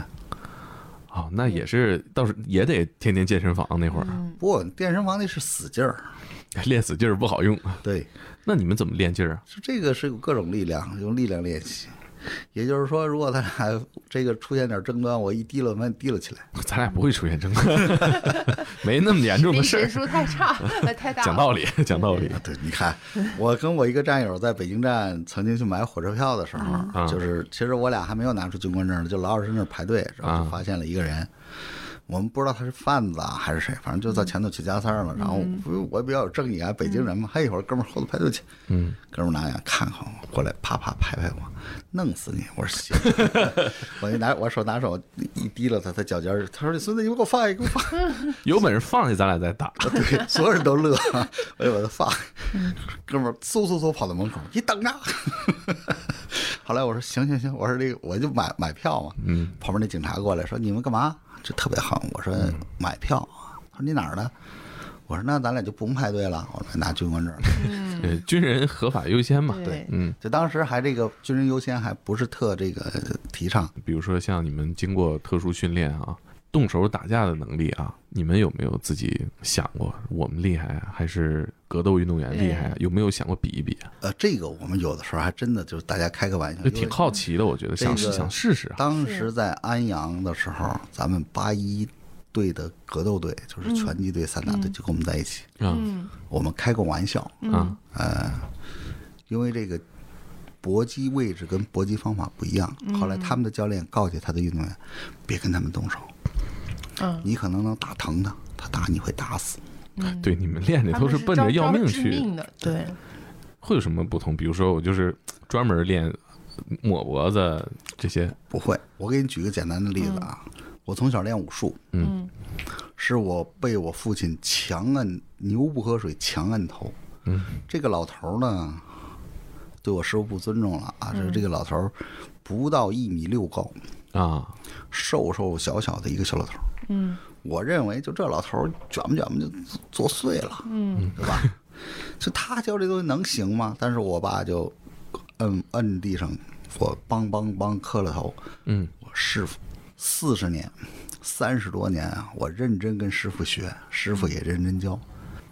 Speaker 4: 啊、那也是，到时也得天天健身房那会儿、
Speaker 2: 不过健身房那是死劲儿，
Speaker 4: 练死劲儿不好用。
Speaker 2: 对，
Speaker 4: 那你们怎么练劲儿啊？
Speaker 2: 是这个是有各种力量，用力量练习。也就是说，如果他俩这个出现点争端，我一提溜，把你提溜起来。
Speaker 4: 咱俩不会出现争端， 没那么严重
Speaker 3: 那
Speaker 4: 的事
Speaker 3: 神
Speaker 4: 儿。
Speaker 3: 书太 差呃太大了，
Speaker 4: 讲道理，讲道理。
Speaker 2: 啊对，你看，我跟我一个战友在北京站曾经去买火车票的时候，
Speaker 4: 嗯
Speaker 2: 就是其实我俩还没有拿出军官证呢，就老老实实那儿排队，然
Speaker 4: 嗯
Speaker 2: 后就发现了一个人。我们不知道他是贩子啊还是谁，反正就在前头起加塞儿了。然后不是我比较有正义啊，北京人嘛，还有一会儿哥们儿后头排队去，
Speaker 4: 嗯，
Speaker 2: 哥们儿拿眼看看我，过来啪啪拍拍我，弄死你！我说行， 我一拿我手拿手一提溜他，他脚尖儿，他说你孙子，你给我放下，给我放下。
Speaker 4: 有本事放下，咱俩再打。
Speaker 2: 对，所有人都乐，我就把他放。 哥们儿嗖嗖嗖跑到门口，你等着。后来我说行行行，我说这个我就买买票嘛。
Speaker 4: 嗯，
Speaker 2: 旁边那警察过来说你们干嘛？这特别横。我说买票。他说你哪儿的？我说那咱俩就不用排队了，我说拿军官证。
Speaker 4: 呃，军人合法优先嘛。
Speaker 3: 对
Speaker 4: 嗯，
Speaker 2: 就当时还这个军人优先还不是特这个提倡，
Speaker 4: 比如说像你们经过特殊训练啊，动手打架的能力啊，你们有没有自己想过我们厉害啊，还是格斗运动员厉害啊？有没有想过比一比啊？
Speaker 2: 呃，这个我们有的时候还真的就是大家开个玩笑，
Speaker 4: 就
Speaker 2: 因为
Speaker 4: 挺好奇的，我觉得想
Speaker 2: 这个
Speaker 4: 想试试啊。
Speaker 2: 当
Speaker 3: 是
Speaker 2: 时在安阳的时候，咱们八一队的格斗队，就是拳击队、散打队，就跟我们在一起。
Speaker 4: 嗯
Speaker 3: 嗯
Speaker 2: 我们开过玩笑，
Speaker 4: 嗯
Speaker 2: 因为这个搏击位置跟搏击方法不一样。
Speaker 3: 嗯
Speaker 2: 后来他们的教练告诫他的运动员，别跟他们动手，
Speaker 3: 嗯，
Speaker 2: 你可能能打疼他，他打你会打死。
Speaker 4: 对，你们练的
Speaker 3: 他
Speaker 4: 都
Speaker 3: 们
Speaker 4: 奔着
Speaker 3: 招
Speaker 4: 要
Speaker 3: 招
Speaker 4: 命
Speaker 3: 致
Speaker 4: 去的，
Speaker 3: 命的，对，
Speaker 4: 会有什么不同？比如说我就是专门练抹脖子这些，
Speaker 2: 不会，我给你举个简单的例子啊，我从小练武术，
Speaker 4: 嗯，
Speaker 2: 是我被我父亲强摁，牛不喝水强摁头，
Speaker 4: 嗯，
Speaker 2: 这个老头儿呢，对我师傅不尊重了啊，
Speaker 4: 嗯
Speaker 2: 这这个老头儿不到一米六高，
Speaker 4: 啊，
Speaker 2: 瘦瘦小小的一个小老头儿，
Speaker 3: 嗯
Speaker 2: 我认为就这老头儿卷吧卷吧就作祟了，
Speaker 3: 嗯
Speaker 2: 对吧？就他教这东西能行吗？但是我爸就摁摁地上，我梆梆梆磕了头，
Speaker 4: 嗯，
Speaker 2: 我师傅四十年，三十多年啊，我认真跟师傅学，师傅也认真教，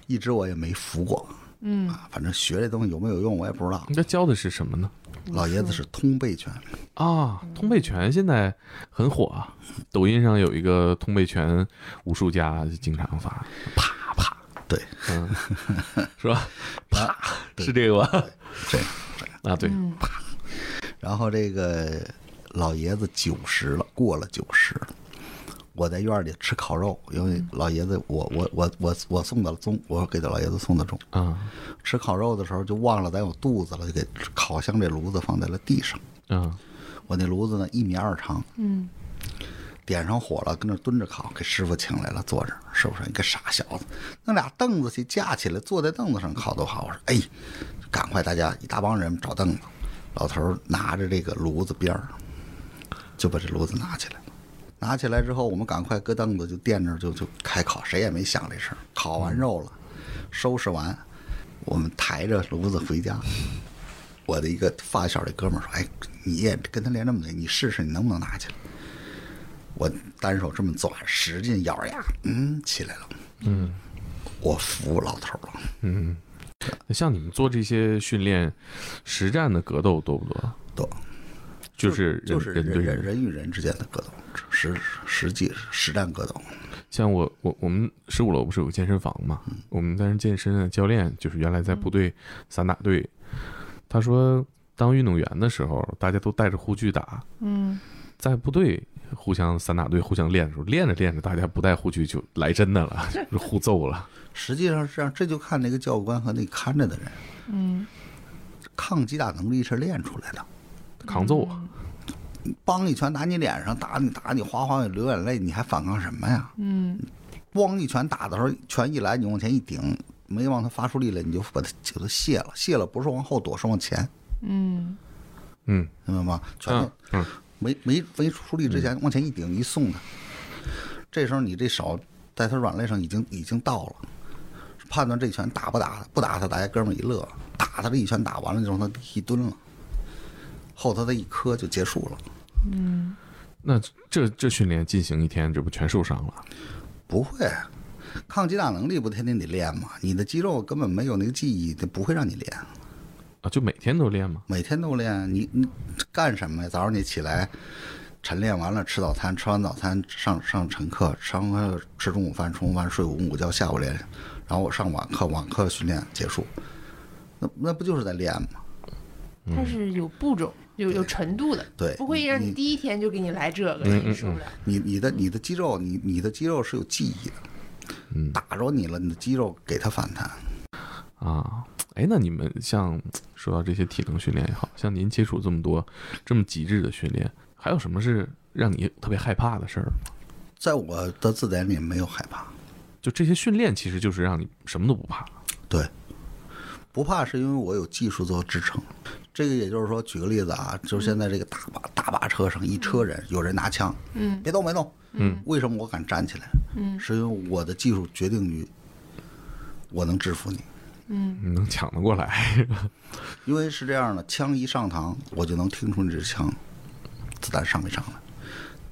Speaker 2: 一直我也没服过。嗯啊，反正学这东西有没有用我也不知道。
Speaker 4: 那教的是什么呢？
Speaker 3: 嗯
Speaker 2: 老爷子是通背拳，
Speaker 4: 啊，通背拳现在很火啊，抖音上有一个通背拳武术家经常发，啪啪，
Speaker 2: 对，
Speaker 4: 嗯，是吧？啪，是这个吧？
Speaker 2: 这 个。
Speaker 4: 啊，对，
Speaker 3: 嗯
Speaker 2: 然后这个老爷子九十了，过了九十，我在院里吃烤肉，因为老爷子我我我我我送的中，我给老爷子送的中。
Speaker 4: 啊
Speaker 2: 吃烤肉的时候就忘了咱有肚子了，就给烤箱这炉子放在了地上。
Speaker 4: 啊，
Speaker 2: 我那炉子呢一米二长，
Speaker 3: 嗯，
Speaker 2: 点上火了，跟那蹲着烤，给师傅请来了，坐这儿。师傅说：“你个傻小子，那俩凳子去架起来，坐在凳子上烤多好。”我说：“哎，赶快大家一大帮人找凳子。”老头儿拿着这个炉子边儿，就把这炉子拿起来了。拿起来之后，我们赶快搁凳子就垫着就就开烤，谁也没想这事儿。烤完肉了，收拾完，我们抬着炉子回家。我的一个发小的哥们儿说：“哎，你也跟他练这么久，你试试你能不能拿起来。”我单手这么攥，使劲咬着牙，嗯，起来了。
Speaker 4: 嗯
Speaker 2: 我服老头了，
Speaker 4: 嗯，那像你们做这些训练，实战的格斗多不多？
Speaker 2: 多
Speaker 4: 就是人
Speaker 2: 就是
Speaker 4: 人对
Speaker 2: 人人人与人之间的格斗，实实际实战格斗。
Speaker 4: 像我我我们十五楼不是有个健身房嘛？我们当时健身的教练就是原来在部队散打队，他说当运动员的时候，大家都带着护具打，
Speaker 3: 嗯
Speaker 4: 在部队互相散打队互相练的时候，练着练着大家不带护具就来真的了，就是互揍了。
Speaker 2: 实际上是这样，这就看那个教官和那看着的人，
Speaker 3: 嗯，
Speaker 2: 抗击打能力是练出来的。
Speaker 4: 抗揍啊！
Speaker 2: 梆一拳打你脸上，打你打你，哗哗流眼泪，你还反抗什么呀？
Speaker 3: 嗯，
Speaker 2: 咣一拳打的时候，拳一来，你往前一顶，没往他发出力来，你就把他给他卸了，卸了不是往后躲，是往前，
Speaker 3: 嗯，
Speaker 4: 嗯
Speaker 2: 明白吗？拳头
Speaker 4: 嗯嗯，
Speaker 2: 没没没出力之前，往前一顶一送他，这时候你这手在他软肋上已经已经到了，判断这拳打不打，不打他，大家哥们儿一乐；打他这一拳打完了，就让他一蹲了，后头他一磕就结束了。
Speaker 4: 那这这训练进行一天，这不全受伤了？
Speaker 2: 不会，抗击打能力不天天得练吗？你的肌肉根本没有那个记忆，它不会让你练，
Speaker 4: 啊，就每天都练吗？
Speaker 2: 每天都练。你你干什么呀？早上你起来晨练完了吃早餐，吃完早餐上上晨课，上完课吃中午饭，中午饭睡午午觉，下午练，然后我上晚课，晚课训练结束。那那不就是在练吗？
Speaker 4: 嗯
Speaker 3: 它是有步骤，有有程度的，
Speaker 2: 对
Speaker 3: 不会让
Speaker 2: 你
Speaker 3: 你第一天就给你来这个，
Speaker 4: 嗯
Speaker 3: 你受不了。
Speaker 2: 你你的你的肌肉，你你的肌肉是有记忆的，打着你了，你的肌肉给它反弹。
Speaker 4: 啊，哎，那你们像说到这些体能训练也好像您接触这么多这么极致的训练，还有什么是让你特别害怕的事儿？
Speaker 2: 在我的字典里没有害怕，
Speaker 4: 就这些训练其实就是让你什么都不怕。
Speaker 2: 对，不怕是因为我有技术做支撑。这个也就是说，举个例子啊，就是现在这个大巴大巴车上一车人，有人拿枪，
Speaker 3: 嗯，
Speaker 2: 别动，别动，
Speaker 4: 嗯，
Speaker 2: 为什么我敢站起来？嗯，是因为我的技术决定于我能制服你。
Speaker 4: 你能抢得过来？
Speaker 2: 因为是这样的，枪一上膛，我就能听出你这是枪子弹上没上来，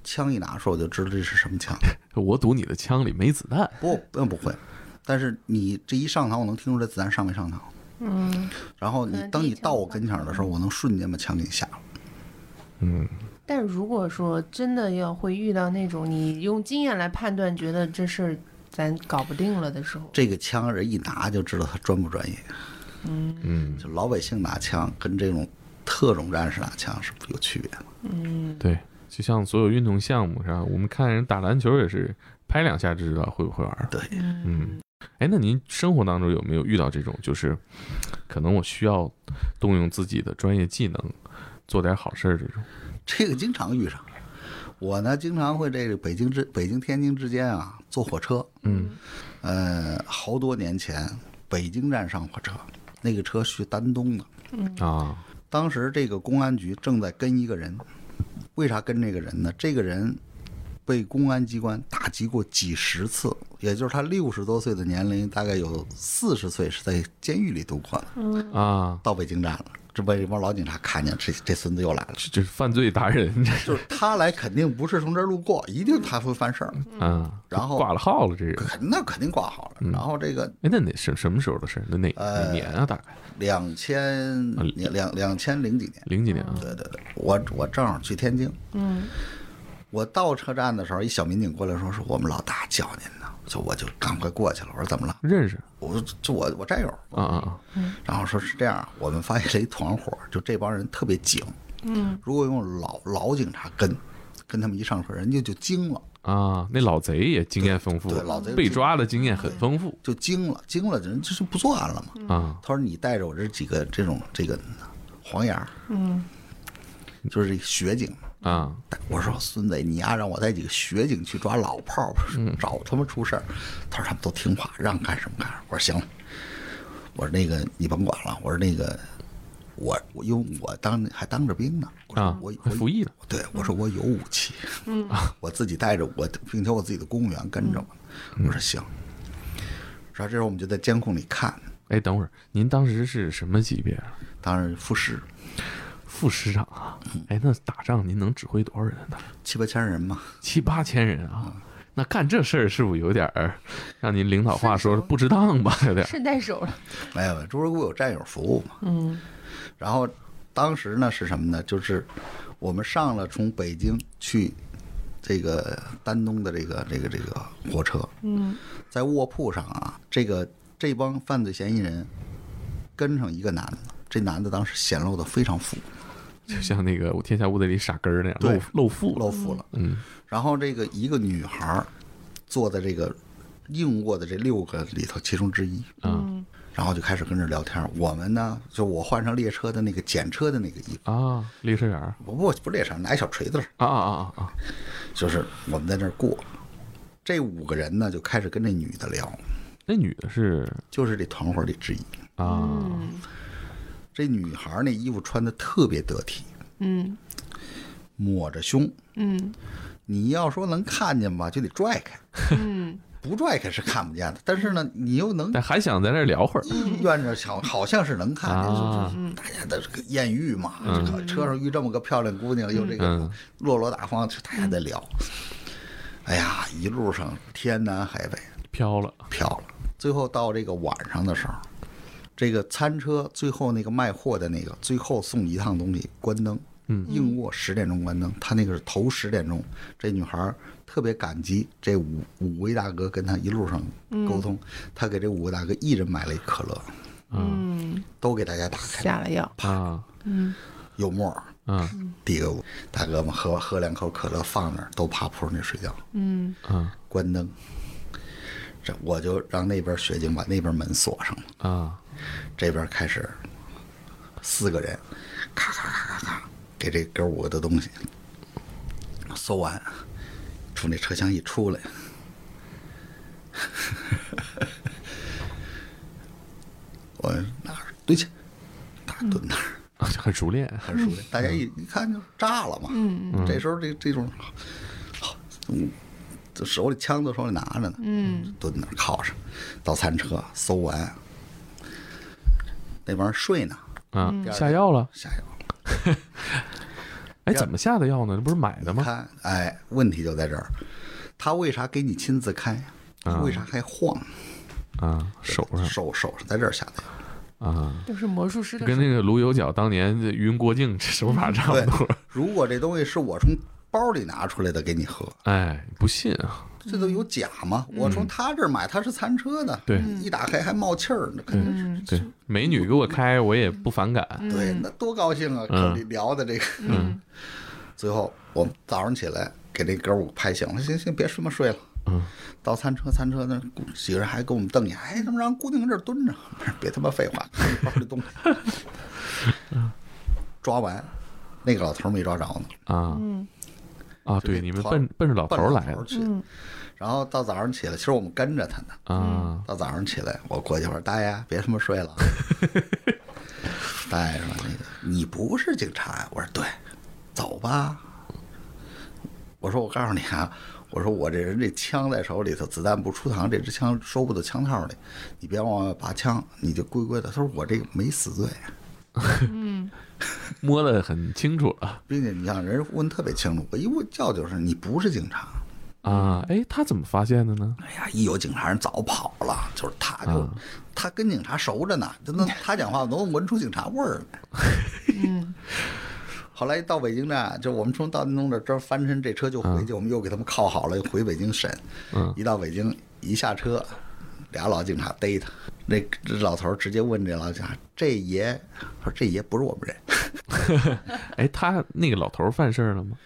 Speaker 2: 枪一拿出我就知道这是什么枪。
Speaker 4: 我赌你的枪里没子弹。
Speaker 2: 不，并不会。但是你这一上膛，我能听出来子弹上没上膛。
Speaker 3: 嗯，
Speaker 2: 然后你
Speaker 3: 可能
Speaker 2: 当
Speaker 3: 第一
Speaker 2: 你
Speaker 3: 枪
Speaker 2: 到我
Speaker 3: 上
Speaker 2: 跟前儿的时候，我能瞬间把枪给你下了。
Speaker 3: 但如果说真的要会遇到那种你用经验来判断，觉得这事儿咱搞不定了的时候，
Speaker 2: 这个枪人一拿就知道他专不专业。
Speaker 4: 嗯，
Speaker 2: 就老百姓拿枪跟这种特种战士拿枪是不是有区别的？
Speaker 4: 对，就像所有运动项目上，我们看人打篮球也是拍两下就知道会不会玩儿。
Speaker 2: 对，
Speaker 4: 嗯，哎，那您生活当中有没有遇到这种，就是可能我需要动用自己的专业技能做点好事儿这种？
Speaker 2: 这个经常遇上。我呢，经常会这个北京之北京天津之间啊，坐火车。
Speaker 4: 嗯，
Speaker 2: 呃，好多年前，北京站上火车，那个车去丹东的。
Speaker 4: 啊，
Speaker 2: 当时这个公安局正在跟一个人，为啥跟这个人呢？这个人被公安机关打击过几十次，也就是他六十多岁的年龄，大概有四十岁是在监狱里度过的。
Speaker 4: 啊，
Speaker 2: 到北京站了，这被一帮老警察看见，这这孙子又来了。
Speaker 4: 这这犯罪达人，这
Speaker 2: 就是他来肯定不是从这儿路过，一定他会犯事儿，
Speaker 4: 啊，
Speaker 2: 然后
Speaker 4: 挂了号了，这人。
Speaker 2: 肯那肯定挂号了。然后这个
Speaker 4: 哎，那哪什什么时候的事儿？那哪
Speaker 2: 呃
Speaker 4: 哪年啊？大概
Speaker 2: 两千
Speaker 4: 嗯
Speaker 2: 两两千零几年。
Speaker 4: 零几年啊？
Speaker 2: 对对对，我我正好去天津，嗯，我到车站的时候，一小民警过来说，说我们老大叫您呢，就我就赶快过去了。我说怎么了？
Speaker 4: 认识
Speaker 2: 我说就我我战友，
Speaker 4: 啊啊啊！
Speaker 2: 然后说是这样，我们发现了一团伙，就这帮人特别警，嗯，如果用老老警察跟，跟他们一上车，人家就惊了。
Speaker 4: 啊，那老贼也经验丰富，
Speaker 2: 对对老贼
Speaker 4: 被抓的经验很丰富
Speaker 2: 就惊了，惊了，人这是不作案了嘛？
Speaker 4: 啊。
Speaker 2: 他说你带着我这几个这种这个黄眼儿，嗯，就是这雪警嘛，
Speaker 4: 啊，
Speaker 2: 我说孙子，你丫让我带几个学警去抓老炮儿，
Speaker 4: 嗯
Speaker 2: 找他们出事儿。他说他们都听话，让干什么干什么。我说行了，我说那个你甭管了，我说那个我我因为我当还当着兵呢，我说
Speaker 4: 啊
Speaker 2: 嗯我
Speaker 4: 还
Speaker 2: 我
Speaker 4: 服役啊呢，
Speaker 2: 对我说我有武器，嗯，我自己带着我，并且我自己的公务员跟着
Speaker 4: 嗯
Speaker 2: 我。我说行，然后这时候我们就在监控里看，
Speaker 4: 哎，等会儿，您当时是什么级别啊？
Speaker 2: 当然副师
Speaker 4: 副师长啊？
Speaker 2: 嗯
Speaker 4: 哎，那打仗您能指挥多少人呢？
Speaker 2: 七八千人嘛，
Speaker 4: 七八千人啊？
Speaker 2: 嗯
Speaker 4: 那干这事儿是不是有点儿让您领导话说
Speaker 3: 顺手
Speaker 4: 不值当吧？ 有点儿
Speaker 3: 顺带手了，
Speaker 2: 没有，朱如故有战友服务嘛。嗯。然后当时呢是什么呢？就是我们上了从北京去这个丹东的这个这个这个火车。嗯。在卧铺上啊，这个这帮犯罪嫌疑人跟上一个男的，这男的当时显露的非常富，
Speaker 4: 就像那个《我天下无贼》里傻根儿那样
Speaker 2: 对
Speaker 4: 露露富
Speaker 2: 露富了。
Speaker 4: 嗯。
Speaker 2: 然后这个一个女孩儿坐在这个硬卧的这六个里头其中之一。
Speaker 4: 啊
Speaker 2: 然后就开始跟这聊天儿。我们呢，就我换上列车的那个检车的那个衣服，
Speaker 4: 啊，列车员儿
Speaker 2: 不不不是列车，拿一小锤子儿，
Speaker 4: 啊啊啊啊啊！
Speaker 2: 就是我们在那儿过。这五个人呢，就开始跟这女的聊，
Speaker 4: 那女的是
Speaker 2: 就是这团伙里之一。
Speaker 4: 啊，
Speaker 2: 这女孩儿那衣服穿的特别得体，
Speaker 3: 嗯
Speaker 2: 抹着胸，
Speaker 3: 嗯
Speaker 2: 你要说能看见吧，就得拽开，
Speaker 3: 嗯，
Speaker 2: 不拽开是看不见的。但是呢，你又能
Speaker 4: 但还想在那儿聊会儿
Speaker 2: 意愿着想，好像是能看见。
Speaker 4: 啊，
Speaker 3: 嗯
Speaker 2: 大家的这个艳遇嘛，这个车上遇这么个漂亮姑娘，又这个
Speaker 4: 嗯
Speaker 2: 落落大方，大家在聊。哎呀，一路上天南海北
Speaker 4: 飘了
Speaker 2: 飘了，最后到这个晚上的时候，这个餐车最后那个卖货的那个最后送一趟东西，关灯。
Speaker 4: 嗯，
Speaker 2: 硬卧十点钟关灯，他那个是头十点钟。这女孩儿特别感激这五五位大哥跟她一路上沟通，她给这五位大哥一人买了一可乐，
Speaker 3: 嗯，
Speaker 2: 都给大家打开，
Speaker 3: 下了药，
Speaker 4: 啊，
Speaker 2: 有沫儿，
Speaker 4: 嗯
Speaker 2: 递给我。大哥们喝喝两口可乐放那儿，都趴铺上去睡觉，
Speaker 3: 嗯
Speaker 4: 嗯
Speaker 2: 关灯。这我就让那边雪警把那边门锁上了，
Speaker 4: 啊，
Speaker 2: 这边开始四个人，咔咔咔咔咔给这哥五个的东西搜完，从这车厢一出来， 我哪儿蹲下，哪儿蹲哪儿。
Speaker 4: 啊很熟练，
Speaker 2: 很熟练，大家一一看就炸了嘛。
Speaker 4: 嗯
Speaker 2: 这时候这这种，好嗯，这手里枪都手里拿着呢，
Speaker 3: 嗯，
Speaker 2: 蹲那儿靠上，到餐车搜完，那帮人睡呢，
Speaker 4: 啊，
Speaker 2: 第二
Speaker 4: 下
Speaker 2: 天
Speaker 4: 药了，
Speaker 2: 下药。
Speaker 4: 哎，怎么下的药呢？这不是买的吗？
Speaker 2: 看，哎，问题就在这儿，他为啥给你亲自开？
Speaker 4: 啊
Speaker 2: 为啥还晃？
Speaker 4: 啊，手上
Speaker 2: 手手上在这儿下的药，
Speaker 4: 啊，
Speaker 3: 都是魔术师的
Speaker 4: 跟那个卢有角当年这云郭靖这手法差不多。
Speaker 2: 如果这东西是我从包里拿出来的给你喝，
Speaker 4: 哎，不信啊，
Speaker 2: 这都有假吗？我从他这儿买，他是餐车的，
Speaker 4: 对
Speaker 2: 一打开还冒气儿，那肯定是
Speaker 4: 对，美女给我开，我也不反感。啊
Speaker 2: 对，那多高兴啊！
Speaker 4: 嗯
Speaker 2: 跟你聊的这个，嗯， 最后我早上起来给那哥五个拍醒了，行行，别这么睡了。
Speaker 4: 嗯，
Speaker 2: 到餐车，餐车那几个人还给我们瞪眼，哎，怎么让姑娘搁这儿蹲着？ 我说别他妈废话，看包里东西。
Speaker 4: 嗯
Speaker 2: 抓完，那个老头儿没抓着呢，
Speaker 4: 啊，啊，
Speaker 2: 就
Speaker 4: 对，
Speaker 2: 那
Speaker 4: 你们
Speaker 2: 团
Speaker 4: 奔奔着老头
Speaker 2: 奔
Speaker 4: 儿
Speaker 2: 老
Speaker 4: 来
Speaker 2: 头儿
Speaker 4: 的
Speaker 2: 去。然后到早上起来，其实我们跟着他呢。
Speaker 4: 啊，
Speaker 2: 到早上起来，我过去我说：“大爷，别他妈睡了。”啊大爷说：“那个你不是警察呀？”我说：“对，走吧。”我说：“我告诉你啊，我说我这人这枪在手里头，子弹不出膛，这支枪收不到枪套里，你别往外拔枪，你就乖乖的。”他说：“我这个没死罪，啊
Speaker 4: 摸得很清楚了
Speaker 2: 并且你像人家问特别清楚，我一问叫就是你不是警察。”
Speaker 4: 啊。哎，他怎么发现的呢？
Speaker 2: 哎呀，一有警察人早跑了，就是他就、
Speaker 4: 啊
Speaker 2: 他跟警察熟着呢，就能他讲话我能闻出警察味儿来。后来一到北京站，就我们从到弄这这翻身，这车就回去，我们又给他们铐好了，又回北京审。
Speaker 4: 嗯
Speaker 2: 一到北京一下车，俩老警察逮他，那这老头儿直接问这老警察：“这爷，说这爷不是我们人，
Speaker 4: 哎，他那个老头儿犯事儿了吗？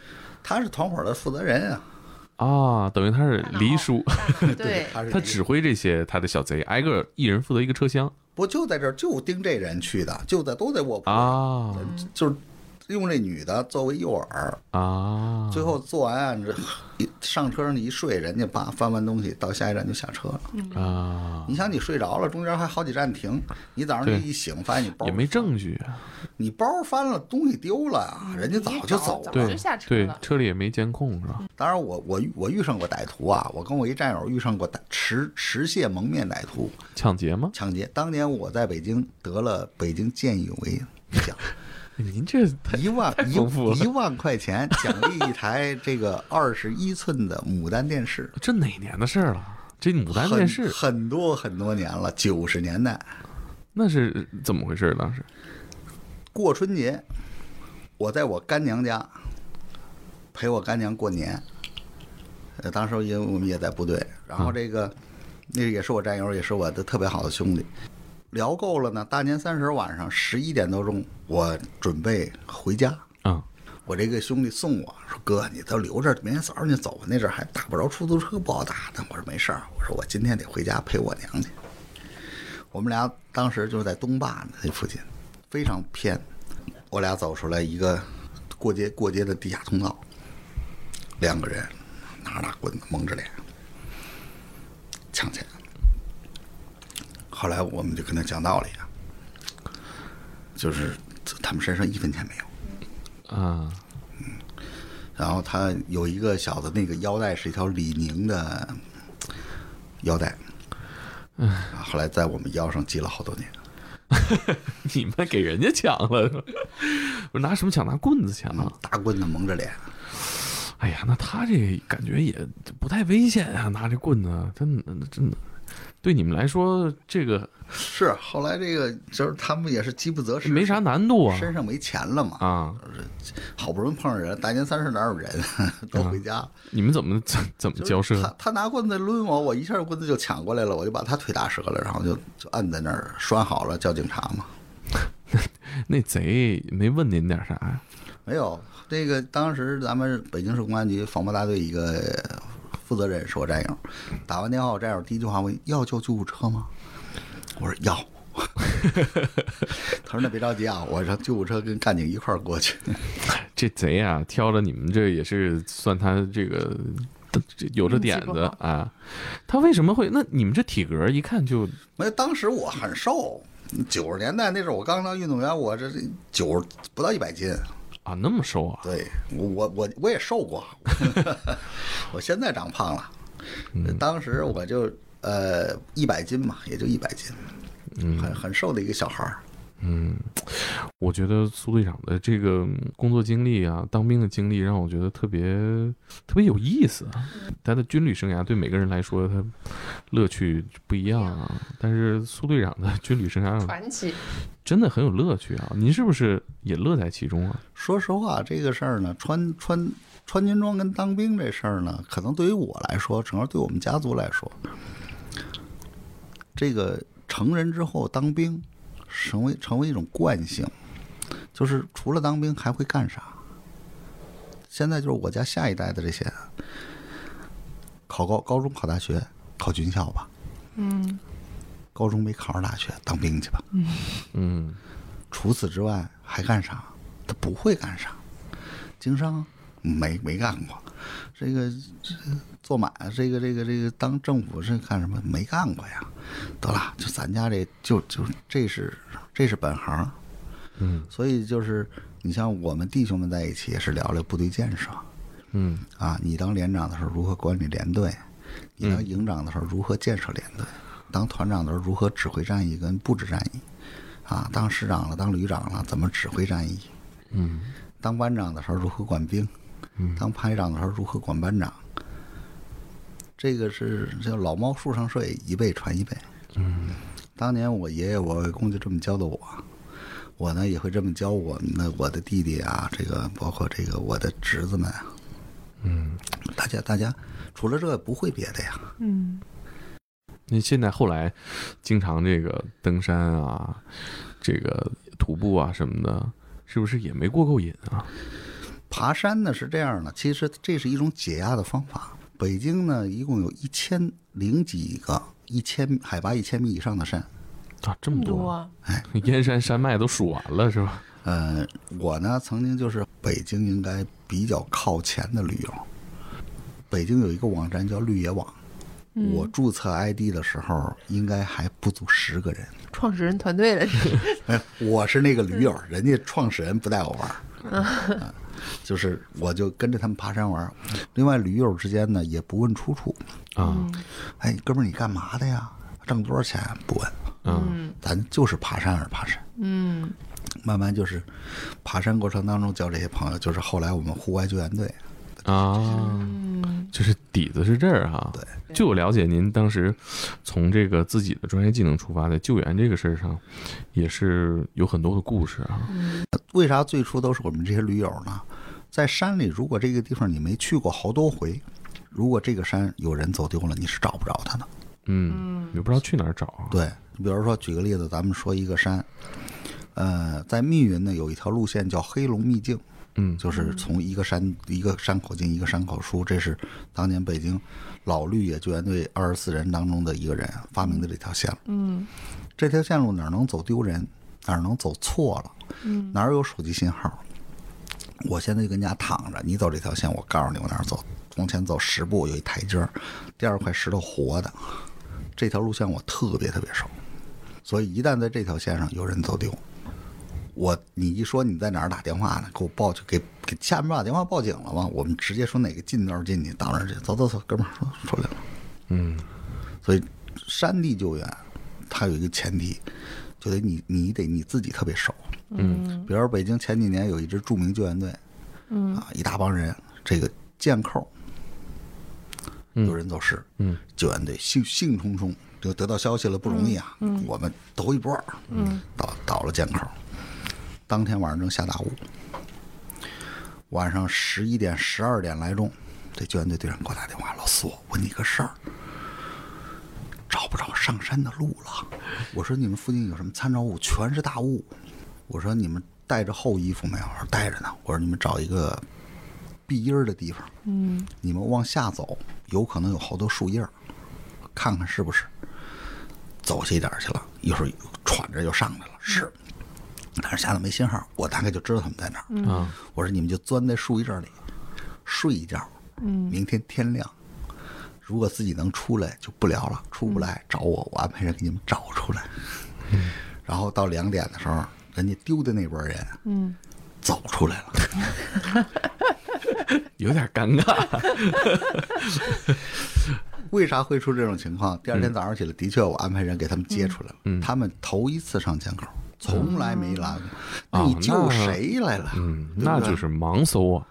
Speaker 2: 他是团伙的负责人啊。
Speaker 4: 啊，等于他是黎叔，
Speaker 3: 对，
Speaker 2: 他是
Speaker 4: 他指挥这些他的小贼，挨个一人负责一个车厢
Speaker 2: 不就在这儿就盯这人去的，就在都在卧铺
Speaker 4: 啊
Speaker 2: 就是用这女的作为诱饵，
Speaker 4: 啊
Speaker 2: 最后做完案这一上车上一睡，人家叭翻完东西到下一站就下车了。
Speaker 4: 啊，
Speaker 2: 你想你睡着了，中间还好几站停，你早上就
Speaker 4: 对
Speaker 2: 一醒发现你包
Speaker 4: 也没，证据啊，
Speaker 2: 你包翻了，东西丢了啊，人家早就走了。
Speaker 3: 早
Speaker 4: 对
Speaker 3: 就下车
Speaker 4: 对
Speaker 3: 了，嗯
Speaker 4: 车里也没监控是吧？
Speaker 2: 当然我我我遇上过歹徒啊，我跟我一战友遇上过歹持持械蒙面歹徒
Speaker 4: 抢劫吗？
Speaker 2: 抢劫。当年我在北京得了北京见义勇为奖。
Speaker 4: 哎您这太
Speaker 2: 一万一
Speaker 4: 丰富了，
Speaker 2: 一万块钱奖励一台这个二十一寸的牡丹电视
Speaker 4: 这哪年的事儿了？这牡丹电视
Speaker 2: 很很多很多年了，九十年代
Speaker 4: 那是怎么回事？当时
Speaker 2: 过春节，我在我干娘家陪我干娘过年。呃，当时因为我们也在部队，然
Speaker 4: 嗯
Speaker 2: 后这个、那也是我战友，也是我的特别好的兄弟。聊够了呢，大年三十晚上十一点多钟，我准备回家。
Speaker 4: 啊
Speaker 2: 我这个兄弟送我说：“哥，你都留这儿，明天早上你走吧。那阵儿还打不着出租车，不好打呢。”我说：“没事儿，我说我今天得回家陪我娘去。”我们俩当时就是在东坝那附近，非常偏。我俩走出来一个过街过街的地下通道，两个人拿着大棍子蒙着脸抢钱。后来我们就跟他讲道理啊，就是他们身上一分钱没有。
Speaker 4: 啊，
Speaker 2: 然后他有一个小的那个腰带是一条李宁的腰带，啊后来在我们腰上系了好多年。
Speaker 4: 你们给人家抢了， 我拿什么抢？拿棍子抢
Speaker 2: 嗯
Speaker 4: 啊！
Speaker 2: 大棍子蒙着脸，
Speaker 4: 哎呀，那他这感觉也不太危险啊，拿这棍子，真的真的，对你们来说这个
Speaker 2: 是后来这个就是他们也是饥不择食，
Speaker 4: 没啥难度啊
Speaker 2: 身上没钱了嘛，
Speaker 4: 啊！
Speaker 2: 好不容易碰上人，大年三十哪有人 都回家，
Speaker 4: 你们怎么怎怎么
Speaker 2: 就是
Speaker 4: 交涉
Speaker 2: 他他拿棍子抡我，我一下棍子就抢过来了，我就把他腿打折了，然后就就摁在那儿拴好了，叫警察嘛。
Speaker 4: 那贼没问您点啥呀？
Speaker 2: 没有，这个当时咱们北京市公安局防暴大队一个负责人是我战友，打完电话我战友第一句话问要叫救护车吗？我说要。 他说那别着急啊，我让救护车跟干警一块儿过去。
Speaker 4: 这贼啊，挑着你们这也是算他这个这有着点
Speaker 3: 运气
Speaker 4: 子
Speaker 3: 不好
Speaker 4: 啊。他为什么会？那你们这体格一看就
Speaker 2: 没有，当时我很瘦，九十年代那时候我刚当运动员，我这九不到一百斤。
Speaker 4: 啊那么瘦啊，
Speaker 2: 对我我我我也瘦过， 我现在长胖了，当时我就呃一百斤嘛，也就一百斤，
Speaker 4: 嗯
Speaker 2: 很很瘦的一个小孩儿。
Speaker 4: 我觉得苏队长的这个工作经历啊，当兵的经历，让我觉得特别特别有意思啊。他的军旅生涯对每个人来说，他乐趣不一样啊。但是苏队长的 军旅生涯让
Speaker 3: 传奇，
Speaker 4: 真的很有乐趣啊。您是不是也乐在其中啊？
Speaker 2: 说实话，这个事儿呢，穿穿穿军装跟当兵这事儿呢，可能对于我来说，整个对我们家族来说，这个成人之后当兵，成为成为一种惯性，就是除了当兵还会干啥？现在就是我家下一代的这些，考高高中考大学，考军校吧，
Speaker 3: 嗯，
Speaker 2: 高中没考上大学，当兵去吧。
Speaker 4: 嗯，
Speaker 2: 除此之外还干啥？他不会干啥。经商没没干过，这个这做买这个这个这个当政府是干什么？没干过呀。得了，就咱家这就就这是这是本行。
Speaker 4: 嗯，
Speaker 2: 所以就是你像我们弟兄们在一起也是聊聊部队建设
Speaker 4: 嗯，
Speaker 2: 啊，你当连长的时候如何管理连队，你
Speaker 4: 嗯
Speaker 2: 当营长的时候如何建设连队，当团长的时候如何指挥战役跟布置战役。啊，当师长了，当旅长了，怎么指挥战役？
Speaker 4: 嗯，
Speaker 2: 当班长的时候如何管兵？
Speaker 4: 嗯
Speaker 2: 当排长的时候如何管班长？这个是叫老猫树上睡，一辈传一辈。嗯，当年我爷爷、我外公就这么教的我，我呢也会这么教我们的我的弟弟啊，这个包括这个我的侄子们啊。嗯，大家大家除了这个不会别的呀。
Speaker 3: 嗯，
Speaker 4: 那现在后来经常这个登山啊，这个徒步啊什么的，是不是也没过够瘾啊？
Speaker 2: 爬山呢是这样的，其实这是一种解压的方法。北京呢，一共有一千零几个一千海拔一千米以上的山。
Speaker 4: 啊，这
Speaker 3: 这
Speaker 4: 么
Speaker 3: 么
Speaker 4: 多
Speaker 3: 多
Speaker 4: 啊，
Speaker 3: 啊，
Speaker 4: 燕山山脉都数完了是吧？
Speaker 2: 呃，我呢曾经就是北京应该比较靠前的驴友。北京有一个网站叫绿野网，
Speaker 3: 嗯
Speaker 2: 我注册 ID 的时候应该还不足十个人。
Speaker 3: 创始人团队了，
Speaker 2: 哎，我是那个驴友，人家创始人不带我玩儿，啊就是我就跟着他们爬山玩儿。另外，驴友之间呢也不问出处，
Speaker 4: 啊，
Speaker 2: 哎，哥们儿，你干嘛的呀？挣多少钱？啊不问，
Speaker 4: 嗯
Speaker 2: 咱就是爬山而爬山。
Speaker 3: 嗯
Speaker 2: 慢慢就是，爬山过程当中交这些朋友，就是后来我们户外救援队，
Speaker 4: 啊，
Speaker 3: 嗯，
Speaker 4: 就是底子是这儿哈。
Speaker 2: 对，
Speaker 4: 据我了解，您当时从这个自己的专业技能出发，在救援这个事儿上，也是有很多的故事啊。
Speaker 2: 为啥最初都是我们这些驴友呢？在山里，如果这个地方你没去过好多回，如果这个山有人走丢了，你是找不着他的。
Speaker 4: 嗯，也不知道去哪儿找啊。
Speaker 2: 对，你比如说举个例子，咱们说一个山，呃，在密云呢有一条路线叫黑龙秘境，
Speaker 4: 嗯
Speaker 3: 哦
Speaker 2: 就是从一个山一个山口进一个山口出，这是当年北京老绿野救援队二十四人当中的一个人啊发明的这条线路。
Speaker 3: 嗯
Speaker 2: 这条线路哪儿能走丢人，哪儿能走错了，
Speaker 3: 嗯
Speaker 2: 哪儿有手机信号，我现在就跟家躺着，你走这条线，我告诉你我哪儿走，往前走十步有一台阶儿，第二块石头活的，这条路线我特别特别熟，所以一旦在这条线上有人走丢，我你一说你在哪儿打电话呢，给我报去，给给下面把电话报警了吗？我们直接说哪个近道进去，到那儿去，走走走，哥们儿说出来了。
Speaker 4: 嗯，
Speaker 2: 所以山地救援，它有一个前提，就得你你得你自己特别熟。
Speaker 3: 嗯
Speaker 2: 比如说北京前几年有一支著名救援队，
Speaker 3: 嗯
Speaker 2: 啊，一大帮人，这个箭扣，有人走失，
Speaker 4: 嗯，
Speaker 2: 救援队兴兴冲冲就得到消息了，不容易啊，我们头一波，嗯，倒倒了箭口，当天晚上正下大雾，晚上十一点十二点来钟，这救援队队长给我打电话，老四，我问你个事儿。找不着上山的路了，我说你们附近有什么参照物？全是大雾。我说你们带着厚衣服没有？我说带着呢。我说你们找一个避阴儿的地方，
Speaker 3: 嗯
Speaker 2: 你们往下走，有可能有好多树叶儿，看看是不是。走下一点儿去了，一会儿喘着就上来了，
Speaker 3: 嗯
Speaker 2: 是，但是下头没信号，我大概就知道他们在哪儿。
Speaker 3: 嗯
Speaker 4: 啊，
Speaker 2: 我说你们就钻在树叶里睡一觉，
Speaker 3: 嗯
Speaker 2: 明天天亮，如果自己能出来就不聊了，出不来找我，我安排人给你们找出来。然后到两点的时候，人家丢的那波人
Speaker 3: 嗯，
Speaker 2: 走出来了。
Speaker 4: 有点尴尬。
Speaker 2: 为啥会出这种情
Speaker 4: 嗯
Speaker 2: 况？第二天早上起来，的确我安排人给他们接出来了。他们头一次上枪口，从来没拦过。那你救谁来了？
Speaker 4: 哦嗯，
Speaker 2: 对不
Speaker 4: 那
Speaker 2: 对
Speaker 4: 就是盲搜啊。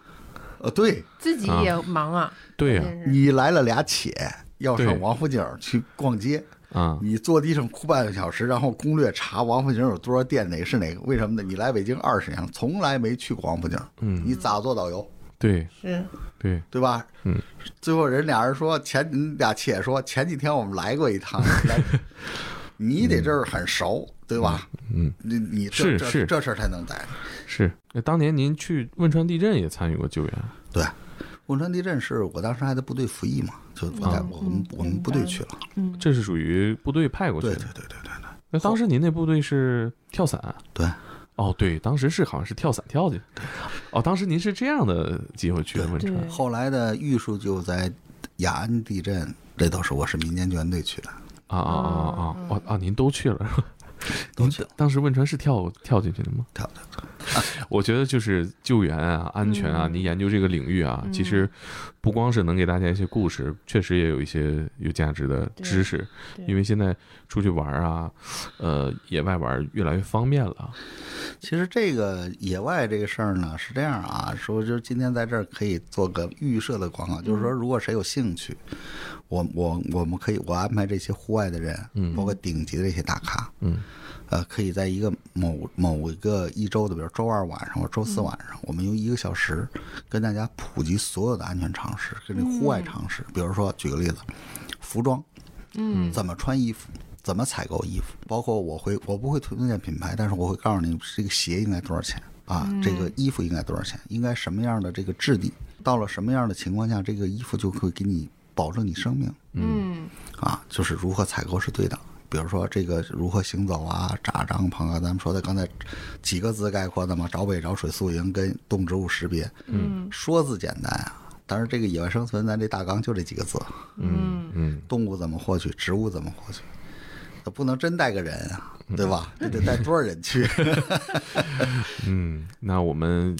Speaker 2: 呃，对
Speaker 3: 自己也忙啊，
Speaker 4: 对呀、
Speaker 3: 真是
Speaker 2: 你来了俩且，要
Speaker 4: 对
Speaker 2: 上王府井去逛街。
Speaker 4: 啊，
Speaker 2: 你坐地上哭半个小时，然后攻略查王府井有多少店，哪个是哪个？为什么呢？你来北京二十年了，从来没去过王府井，
Speaker 4: 嗯
Speaker 2: 你咋做导游？
Speaker 4: 对
Speaker 3: 是
Speaker 4: 对，
Speaker 2: 对吧？
Speaker 4: 嗯，
Speaker 2: 最后人俩人说前你俩且说前几天我们来过 一趟，来你得这儿很熟，对吧？
Speaker 4: 嗯，
Speaker 2: 你你这
Speaker 4: 是
Speaker 2: 这
Speaker 4: 是
Speaker 2: 这事儿才能逮。
Speaker 4: 是。那当年您去汶川地震也参与过救援，
Speaker 2: 对，汶川地震是我当时还在部队服役嘛，就我在
Speaker 4: 嗯
Speaker 2: 我们我们部队去了。
Speaker 4: 这是属于部队派过去
Speaker 2: 对对
Speaker 4: 的。
Speaker 2: 对对对
Speaker 4: 那当时您那部队是跳伞？
Speaker 2: 对
Speaker 4: 哦，对，当时是好像是跳伞跳进去。哦，当时您是这样的机会去的汶川
Speaker 3: 对
Speaker 2: 对，后来的玉树就在雅安地震，这都是我是民间救援队去的，
Speaker 4: 啊
Speaker 3: 嗯
Speaker 4: 啊啊啊啊哦啊！您都去了 是吧？
Speaker 2: 都去了。
Speaker 4: 当时汶川是跳跳进去的吗？
Speaker 2: 跳的，
Speaker 4: 我觉得就是救援啊、安全
Speaker 3: 嗯
Speaker 4: 啊，您研究这个领域啊，其实不光是能给大家一些故事，确实也有一些有价值的知识。
Speaker 3: 对
Speaker 4: 因为现在出去玩啊，呃，野外玩越来越方便了。
Speaker 2: 其实这个野外这个事儿呢是这样啊，说就是今天在这儿可以做个预设的广告，就是
Speaker 4: 嗯
Speaker 2: 说如果谁有兴趣，我我我们可以我安排这些户外的人，
Speaker 4: 嗯
Speaker 2: 包括顶级的这些大咖，
Speaker 4: 嗯，
Speaker 2: 呃，可以在一个某某一个一周的，比如周二晚上或周
Speaker 4: 嗯
Speaker 2: 四晚上，我们用一个小时跟大家普及所有的安全常识，跟这户
Speaker 4: 嗯
Speaker 2: 外常识，比如说举个例子，服装，
Speaker 3: 嗯
Speaker 2: 怎么穿衣服，怎么采购衣服，包括我会我不会推荐品牌，但是我会告诉你这个鞋应该多少钱啊，这
Speaker 3: 嗯
Speaker 2: 个衣服应该多少钱，应该什么样的这个质地，到了什么样的情况下，这个衣服就会给你保证你生命
Speaker 3: 嗯
Speaker 2: 啊，就是如何采购是对的。比如说这个如何行走啊，扎帐篷啊，咱们说的刚才几个字概括的嘛，找北找水宿营跟动植物识别，
Speaker 3: 嗯
Speaker 2: 说字简单啊，但是这个野外生存咱这大纲就这几个字，
Speaker 3: 嗯
Speaker 4: 嗯，
Speaker 2: 动物怎么获取，植物怎么获取，那不能真带个人啊，对吧？你得带多少人去？
Speaker 4: 嗯，那我们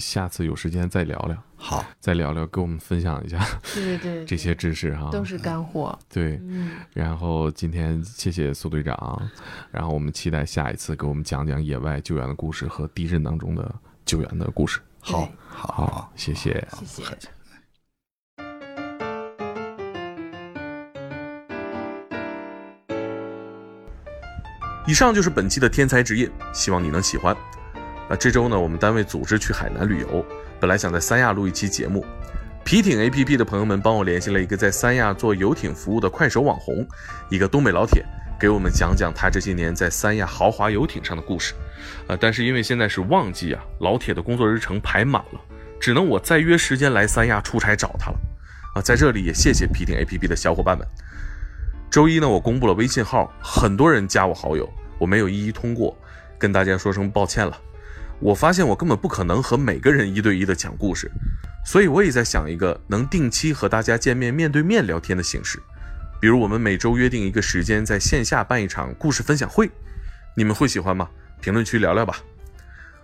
Speaker 4: 下次有时间再聊聊，
Speaker 2: 好，
Speaker 4: 再聊聊，给我们分享一下
Speaker 3: 对对对，
Speaker 4: 这些啊知识哈。
Speaker 3: 都是干货，
Speaker 4: 对，
Speaker 3: 嗯
Speaker 4: 然后今天谢谢苏队长，然后我们期待下一次给我们讲讲野外救援的故事和地震当中的救援的故事。
Speaker 2: 好，好，
Speaker 4: 好，谢谢。
Speaker 2: 好，
Speaker 3: 谢谢
Speaker 2: 不客气。
Speaker 1: 以上就是本期的天才职业，希望你能喜欢。那这周呢，我们单位组织去海南旅游，本来想在三亚录一期节目。皮艇 APP 的朋友们帮我联系了一个在三亚做游艇服务的快手网红，一个东北老铁，
Speaker 4: 给我们讲讲他这些年在三亚豪华游艇上的故事。呃，但是因为现在是旺季啊，老铁的工作日程排满了，只能我再约时间来三亚出差找他了。啊，在这里也谢谢皮艇 APP 的小伙伴们。周一呢，我公布了微信号，很多人加我好友，我没有一一通过，跟大家说声抱歉了。我发现我根本不可能和每个人一对一的讲故事，所以我也在想一个能定期和大家见面、面对面聊天的形式，比如我们每周约定一个时间，在线下办一场故事分享会，你们会喜欢吗？评论区聊聊吧。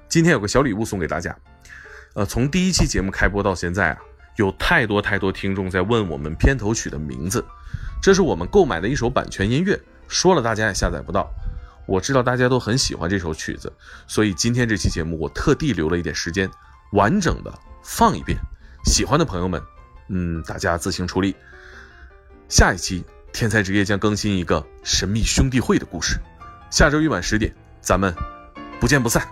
Speaker 4: 今天有个小礼物送给大家，呃，从第一期节目开播到现在啊，有太多太多听众在问我们片头曲的名字，这是我们购买的一首版权音乐，说了大家也下载不到。我知道大家都很喜欢这首曲子，所以今天这期节目我特地留了一点时间，完整的放一遍。喜欢的朋友们，嗯，大家自行处理。下一期天才职业将更新一个神秘兄弟会的故事，下周一晚十点，咱们不见不散。